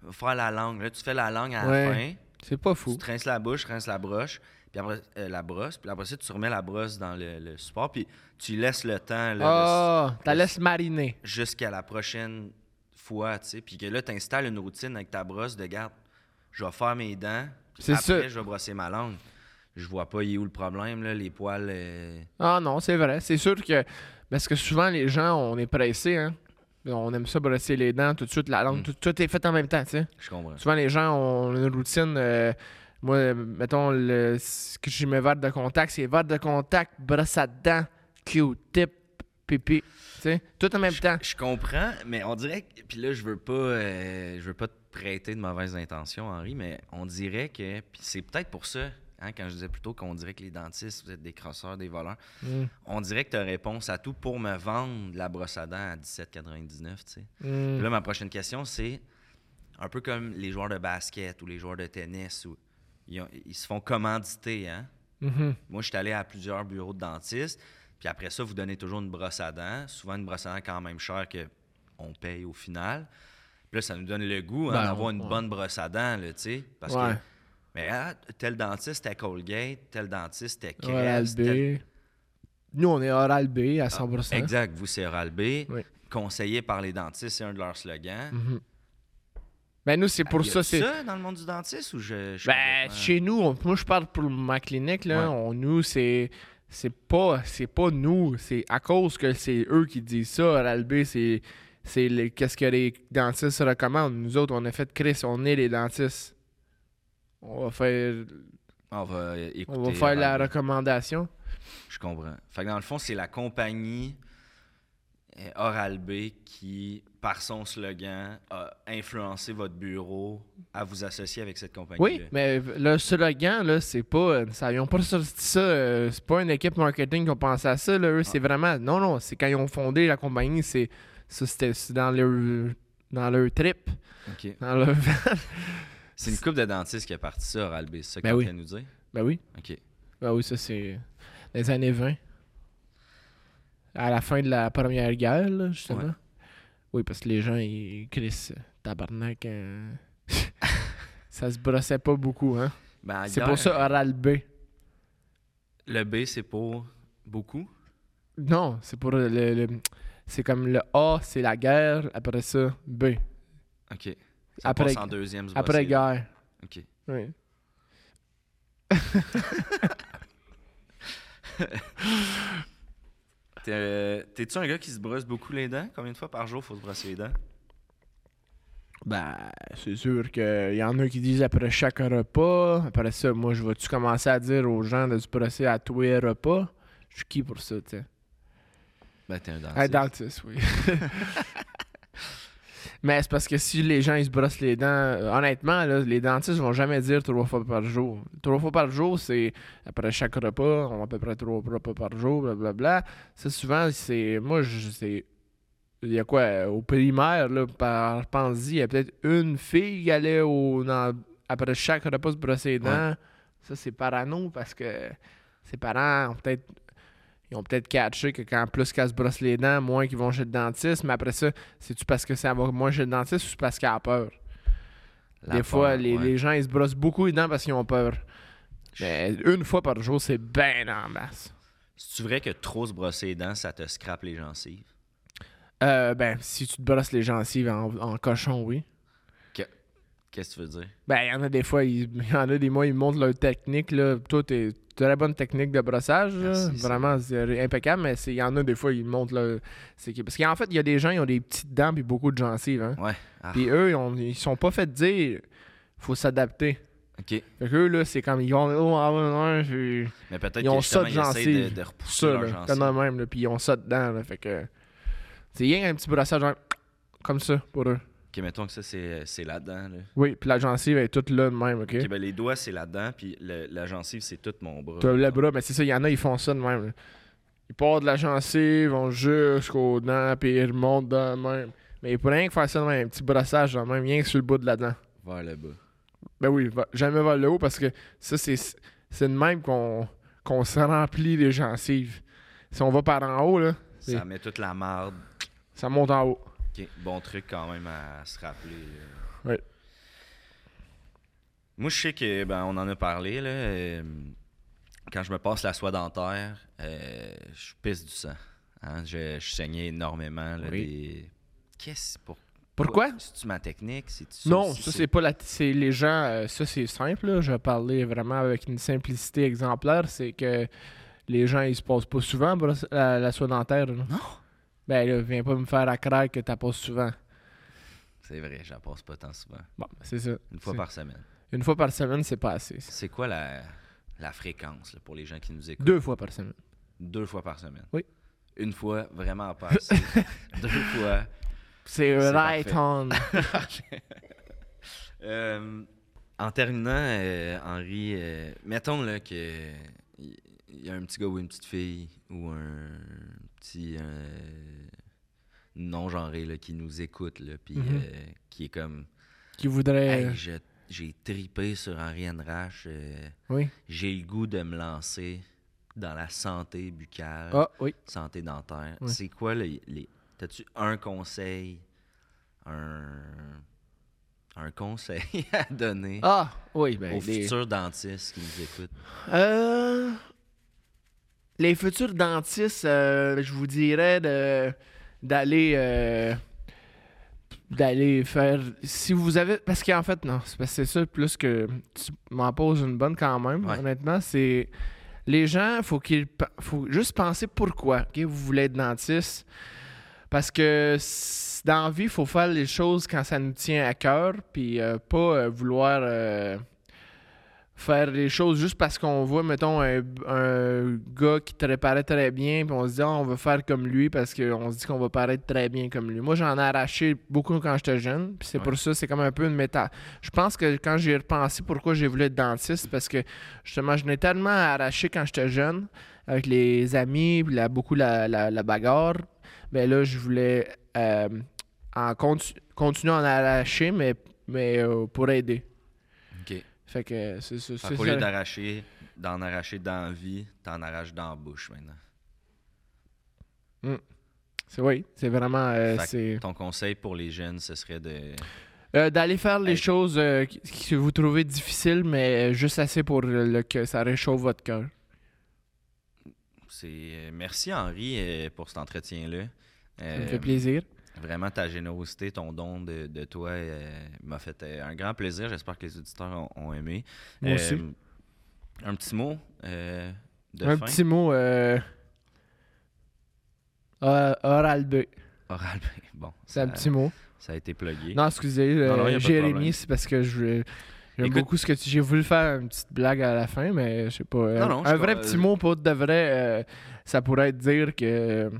Speaker 1: va faire la langue, là, tu fais la langue à la
Speaker 3: Ouais.
Speaker 1: fin,
Speaker 3: C'est pas
Speaker 1: tu
Speaker 3: fou.
Speaker 1: te rinces la bouche, rinces la broche, puis après, euh, la brosse, puis après ça, tu remets la brosse dans le, le support, puis tu laisses le temps, là,
Speaker 3: Ah, t'as laisse mariner.
Speaker 1: de- jusqu'à la prochaine fois, tu sais, puis que là, tu installes une routine avec ta brosse de garde. Je vais faire mes dents,
Speaker 3: C'est
Speaker 1: après,
Speaker 3: ça.
Speaker 1: je vais brosser ma langue. Je vois pas, il est où le problème, là, les poils. euh,
Speaker 3: Ah non, c'est vrai. C'est sûr que. Parce que souvent, les gens, on est pressé, hein. On aime ça brosser les dents tout de suite, la langue, tout, tout est fait en même temps, tu sais.
Speaker 1: Je comprends.
Speaker 3: Souvent, les gens ont une routine. euh, moi, euh, mettons, le, ce que j'ai mes verres de contact, c'est verres de contact, brosse à dents, Q-tip, pipi. Tu sais, tout en même temps.
Speaker 1: Je comprends, mais on dirait que. Puis là, je veux pas. euh, je veux pas te prêter de mauvaises intentions, Henri, mais on dirait que. Puis c'est peut-être pour ça, hein, quand je disais plutôt qu'on dirait que les dentistes, vous êtes des crosseurs, des voleurs.
Speaker 3: Mm.
Speaker 1: On dirait que tu réponse à tout pour me vendre la brosse à dents à 17,99, tu sais.
Speaker 3: Mm.
Speaker 1: Puis là, ma prochaine question, c'est un peu comme les joueurs de basket ou les joueurs de tennis. Où ils, ont- ils se font commanditer, hein?
Speaker 3: Mhm.
Speaker 1: Moi, je suis allé à plusieurs bureaux de dentistes. Puis après ça, vous donnez toujours une brosse à dents. Souvent, une brosse à dents quand même chère que on paye au final. Puis là, ça nous donne le goût hein,
Speaker 3: Ben,
Speaker 1: d'avoir une
Speaker 3: ouais.
Speaker 1: bonne brosse à dents, là, tu sais. Parce
Speaker 3: Ouais.
Speaker 1: que, mais ah, tel dentiste, c'était Colgate. Tel dentiste, c'était
Speaker 3: Oral
Speaker 1: Krebs.
Speaker 3: B.
Speaker 1: tel-
Speaker 3: Nous, on est oral B à 100%.
Speaker 1: Exact, vous, c'est Oral-B.
Speaker 3: Oui.
Speaker 1: Conseillé par les dentistes, c'est un de leurs slogans.
Speaker 3: Mm-hmm. Ben, nous, c'est pour
Speaker 1: Y a-tu
Speaker 3: ça, c'est.
Speaker 1: ça dans le monde du dentiste ou je. je
Speaker 3: Ben,
Speaker 1: complètement-
Speaker 3: chez nous, on- moi je parle pour ma clinique, là,
Speaker 1: Ouais.
Speaker 3: on, nous, c'est. C'est pas, c'est pas nous, c'est à cause que c'est eux qui disent ça. Oral B, c'est, c'est les- qu'est-ce que les dentistes recommandent. Nous autres, on a fait Chris, on est les dentistes. On va faire,
Speaker 1: On va euh, écouter.
Speaker 3: on va faire la
Speaker 1: Oral-B.
Speaker 3: recommandation.
Speaker 1: Je comprends. Fait que dans le fond, c'est la compagnie euh, Oral-B qui, par son slogan, a influencé votre bureau à vous associer avec cette compagnie.
Speaker 3: Oui, mais le slogan, là, c'est pas. euh, Ça, ils ont pas sorti ça. euh, c'est pas une équipe marketing qui a pensé à ça, là. Eux,
Speaker 1: Ah.
Speaker 3: c'est vraiment. Non, non, c'est quand ils ont fondé la compagnie, c'est. Ça, c'était c'est dans leur. Dans leur trip. Dans leur.
Speaker 1: C'est une coupe de dentistes qui a parti ça, Oral-B. C'est ça que tu es
Speaker 3: Ben
Speaker 1: en
Speaker 3: oui.
Speaker 1: train de nous dire?
Speaker 3: ben oui.
Speaker 1: OK.
Speaker 3: Ben oui, ça, c'est les années 20. À la fin de la Première Guerre, là, justement.
Speaker 1: Ouais.
Speaker 3: Oui, parce que les gens, ils crissent. Tabarnak, hein. ça se brossait pas beaucoup, hein.
Speaker 1: Ben,
Speaker 3: C'est
Speaker 1: guerre,
Speaker 3: pour ça Oral B.
Speaker 1: Le B, c'est pour beaucoup.
Speaker 3: Non, c'est pour le... le- c'est comme le A, c'est la guerre, après ça, B.
Speaker 1: OK. Ça
Speaker 3: Après-
Speaker 1: passe en deuxième. ce
Speaker 3: Après
Speaker 1: boss-là.
Speaker 3: guerre.
Speaker 1: OK.
Speaker 3: Oui.
Speaker 1: T'es, euh, T'es-tu un gars qui se brosse beaucoup les dents? Combien de fois par jour faut se brosser les dents?
Speaker 3: Ben, c'est sûr qu'il y en a qui disent après chaque repas. Après ça, moi, je vais-tu commencer à dire aux gens de se brosser à tous les repas? Je suis qui pour ça, tu sais?
Speaker 1: Ben, t'es un dentiste.
Speaker 3: Un dentiste, oui. Mais c'est parce que si les gens ils se brossent les dents, euh, honnêtement, là, les dentistes vont jamais dire trois fois par jour. Trois fois par jour, c'est après chaque repas, on a à peu près trois repas par jour, blablabla. Ça, souvent, c'est. Moi, je c'est. Il y a quoi euh, Au primaire, là, par pense-y, il y a peut-être une fille qui allait au, dans- après chaque repas se brosser les dents. Ça, c'est parano parce que ses parents ont peut-être ils ont peut-être catché que quand plus qu'elle se brosse les dents, moins qu'ils vont chez le dentiste. Mais après ça, c'est-tu parce que ça va moins chez le dentiste ou c'est parce qu'elle a peur?
Speaker 1: La
Speaker 3: des
Speaker 1: peur,
Speaker 3: fois, les,
Speaker 1: ouais.
Speaker 3: les gens, ils se brossent beaucoup les dents parce qu'ils ont peur. Mais une fois par jour, c'est bien en masse.
Speaker 1: C'est-tu vrai que trop se brosser les dents, ça te scrape les gencives?
Speaker 3: Euh, ben, si tu te brosses les gencives en, en cochon, oui.
Speaker 1: Que- Qu'est-ce que tu veux dire?
Speaker 3: Ben, il y en a des fois, ils- il y en a des mois, ils montrent leur technique. Là. Toi, t'es très bonne technique de brossage. là.
Speaker 1: Merci, c'est
Speaker 3: Vraiment, c'est impeccable. Mais c'est- il y en a des fois, ils montrent leur. c'est que- Parce qu'en fait, il y a des gens, ils ont des petites dents et beaucoup de gencives. Hein.
Speaker 1: Ouais. Ah,
Speaker 3: Puis eux, ils, ont- ils sont pas fait dire faut s'adapter.
Speaker 1: OK.
Speaker 3: Fait que eux, là, c'est comme ils ont. Oh, ah, ouais, ouais, j'ai-
Speaker 1: Mais peut-être
Speaker 3: Ils ont
Speaker 1: que justement,
Speaker 3: ça de
Speaker 1: ils essayent de,
Speaker 3: gencives.
Speaker 1: de repousser
Speaker 3: ça,
Speaker 1: leurs
Speaker 3: là.
Speaker 1: gencives.
Speaker 3: Comme de même, là. Puis ils ont ça dedans, là. Fait que. C'est rien un petit brassage, genre. Comme ça, pour eux.
Speaker 1: OK, mettons que ça, c'est c'est là-dedans. Là.
Speaker 3: Oui, puis la gencive est toute là de même, ok?
Speaker 1: OK, ben les doigts, c'est là-dedans, puis le- la gencive, c'est tout mon bras.
Speaker 3: T'as le bras, mais c'est ça, il y en a, ils font ça de même. là. Ils partent de la gencive, vont jusqu'aux dents, puis ils remontent de même. Mais ils pourraient rien que faire ça de même, un petit brassage, de même, rien que sur le bout de la dent.
Speaker 1: Vers le bas.
Speaker 3: Ben oui, va- jamais vers le haut parce que ça, c'est c'est de même qu'on qu'on se remplit les gencives. Si on va par en haut, là,
Speaker 1: Ça met toute la marde.
Speaker 3: ça monte en haut.
Speaker 1: OK, Bon truc quand même à se rappeler. là.
Speaker 3: Ouais.
Speaker 1: Moi, je sais que ben, on en a parlé. Là, euh, quand je me passe la soie dentaire, euh, je pisse du sang. Hein, je, je saignais énormément. là,
Speaker 3: Oui.
Speaker 1: des- Qu'est-ce pour...
Speaker 3: Pourquoi?
Speaker 1: C'est-tu ma technique? C'est-tu
Speaker 3: Non,
Speaker 1: aussi-
Speaker 3: ça, c'est pas la. C'est les gens. euh, ça, c'est simple. là. Je vais parler vraiment avec une simplicité exemplaire. C'est que les gens, ils se passent pas souvent brosse- la, la soie dentaire. là.
Speaker 1: Non.
Speaker 3: Ben là, viens pas me faire à craire que t'as pas souvent.
Speaker 1: C'est vrai, j'en passe pas tant souvent.
Speaker 3: Bon, c'est ça.
Speaker 1: Une fois
Speaker 3: C'est-
Speaker 1: par semaine.
Speaker 3: Une fois par semaine, c'est pas assez.
Speaker 1: C'est quoi la, la fréquence là, pour les gens qui nous écoutent?
Speaker 3: Deux fois par semaine.
Speaker 1: Deux fois par semaine.
Speaker 3: Oui.
Speaker 1: Une fois, vraiment pas assez. Deux fois.
Speaker 3: C'est right
Speaker 1: parfait.
Speaker 3: on.
Speaker 1: Euh, en terminant, euh, Henri, euh, mettons là, que il y, y a un petit gars ou une petite fille ou un petit euh, non-genré là, qui nous écoute, là, puis
Speaker 3: Mhm.
Speaker 1: euh, qui est comme
Speaker 3: Qui voudrait.
Speaker 1: Hey, je- j'ai tripé sur Henri Enrache, euh,
Speaker 3: Oui.
Speaker 1: j'ai le goût de me lancer dans la santé buccale,
Speaker 3: Ah, oui.
Speaker 1: santé dentaire.
Speaker 3: Ouais.
Speaker 1: C'est quoi les. les- T'as-tu un conseil, un, un conseil à donner
Speaker 3: Ah, oui. Ben,
Speaker 1: aux
Speaker 3: les-
Speaker 1: futurs dentistes qui nous écoutent?
Speaker 3: Euh, les futurs dentistes, euh, je vous dirais de d'aller euh, d'aller faire si vous avez parce qu'en fait non c'est parce que c'est ça plus que tu m'en poses une bonne quand même
Speaker 1: Ouais.
Speaker 3: honnêtement c'est les gens faut qu'ils pe- faut juste penser pourquoi ok, vous voulez être dentiste parce que s- dans la vie faut faire les choses quand ça nous tient à cœur puis euh, pas euh, vouloir euh, faire les choses juste parce qu'on voit, mettons, un, un gars qui te paraît très bien, puis on se dit, Ah, on va faire comme lui parce qu'on se dit qu'on va paraître très bien comme lui. Moi, j'en ai arraché beaucoup quand j'étais jeune, puis c'est
Speaker 1: Ouais.
Speaker 3: pour ça, c'est comme un peu une méta. Je pense que quand j'ai repensé pourquoi j'ai voulu être dentiste, parce que justement, je n'ai tellement arraché quand j'étais jeune, avec les amis, puis la- beaucoup la, la- la bagarre. Ben là, je voulais euh, en contu- continuer à en arracher, mais, mais euh, pour aider.
Speaker 1: OK.
Speaker 3: Fait que c'est c'est- c'est
Speaker 1: au
Speaker 3: ça.
Speaker 1: lieu d'arracher, D'en arracher dans la vie, t'en arraches dans la bouche maintenant.
Speaker 3: C'est oui, c'est vraiment euh,
Speaker 1: Fait que
Speaker 3: c'est
Speaker 1: Ton conseil pour les jeunes, ce serait de.
Speaker 3: Euh, d'aller faire les
Speaker 1: Hey.
Speaker 3: choses euh, qui- que vous trouvez difficiles, mais euh, juste assez pour euh, le- que ça réchauffe votre cœur.
Speaker 1: C'est... euh, Merci Henri euh, pour cet entretien-là.
Speaker 3: Ça me
Speaker 1: Euh,
Speaker 3: fait plaisir.
Speaker 1: Vraiment, ta générosité, ton don de, de toi euh, m'a fait euh, un grand plaisir. J'espère que les auditeurs ont, ont aimé. Euh,
Speaker 3: Moi aussi.
Speaker 1: Un petit mot euh, de
Speaker 3: Un
Speaker 1: fin.
Speaker 3: petit mot. euh, euh, oral B.
Speaker 1: Oral, ben, bon,
Speaker 3: C'est
Speaker 1: ça,
Speaker 3: un petit mot.
Speaker 1: ça a été plugué.
Speaker 3: Non, excusez, euh,
Speaker 1: Non, non, y a pas de problème.
Speaker 3: Jérémy, c'est parce que je. J'aime
Speaker 1: Écoute-
Speaker 3: beaucoup ce que tu... J'ai voulu faire une petite blague à la fin, mais je sais pas. euh,
Speaker 1: Non, non, je
Speaker 3: un
Speaker 1: suis
Speaker 3: vrai
Speaker 1: pas-
Speaker 3: petit mot pour de vrai, euh, ça pourrait être dire que.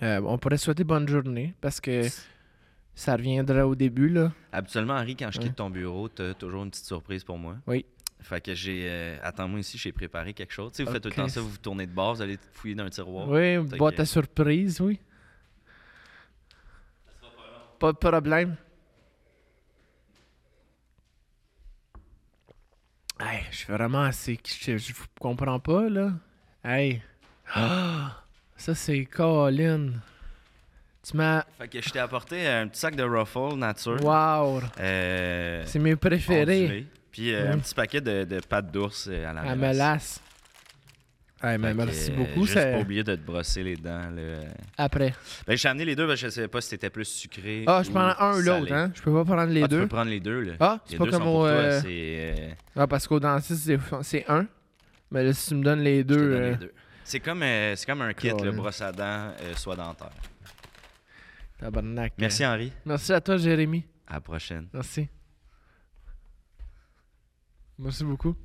Speaker 3: euh, on pourrait souhaiter bonne journée parce que ça reviendra au début, là.
Speaker 1: Habituellement, Henri, quand je
Speaker 3: Ouais.
Speaker 1: quitte ton bureau, tu as toujours une petite surprise pour moi.
Speaker 3: Oui.
Speaker 1: Fait que j'ai. euh, Attends-moi ici, j'ai préparé quelque chose. Tu sais, vous faites tout le
Speaker 3: Ok.
Speaker 1: temps ça, vous vous tournez de bord, vous allez fouiller dans un tiroir.
Speaker 3: Oui,
Speaker 1: Fait
Speaker 3: boîte
Speaker 1: que-
Speaker 3: à surprise, oui. Pas de problème. Hey, je suis vraiment assez. Je, je vous comprends pas, là. Hey. Ah! ça, c'est Colin. Tu m'as.
Speaker 1: Fait que je t'ai apporté un petit sac de Ruffle nature.
Speaker 3: Wow!
Speaker 1: Euh,
Speaker 3: C'est mes préférés.
Speaker 1: ondulé. Puis euh,
Speaker 3: Ouais.
Speaker 1: un petit paquet de, de pâtes d'ours euh, à la
Speaker 3: À
Speaker 1: mélasse.
Speaker 3: Melasse. Hey, mais
Speaker 1: Fait que,
Speaker 3: Ah, Ben, merci
Speaker 1: euh,
Speaker 3: beaucoup.
Speaker 1: Juste
Speaker 3: ça-
Speaker 1: pas oublier de te brosser les dents. là.
Speaker 3: Après.
Speaker 1: Ben, j'ai amené les deux, parce que je savais pas si t'étais plus sucré.
Speaker 3: Ah, je
Speaker 1: ou
Speaker 3: prends un ou
Speaker 1: salé.
Speaker 3: l'autre, hein? Je peux pas prendre les
Speaker 1: Ah, Tu
Speaker 3: deux.
Speaker 1: peux prendre les deux, là.
Speaker 3: Ah, c'est
Speaker 1: Les
Speaker 3: pas
Speaker 1: deux
Speaker 3: comme
Speaker 1: sont
Speaker 3: au.
Speaker 1: pour toi,
Speaker 3: euh,
Speaker 1: c'est, euh,
Speaker 3: Ah, parce qu'au dentiste, c'est- c'est un. Mais là, si tu me donnes les
Speaker 1: je te
Speaker 3: deux.
Speaker 1: donne les
Speaker 3: euh,
Speaker 1: deux. C'est comme, euh, c'est comme un kit, le
Speaker 3: Colin.
Speaker 1: brosse à dents, euh, soit dentaire.
Speaker 3: tabarnak. hein.
Speaker 1: Merci, Henri.
Speaker 3: Merci à toi, Jérémy.
Speaker 1: À la prochaine.
Speaker 3: Merci. Merci beaucoup.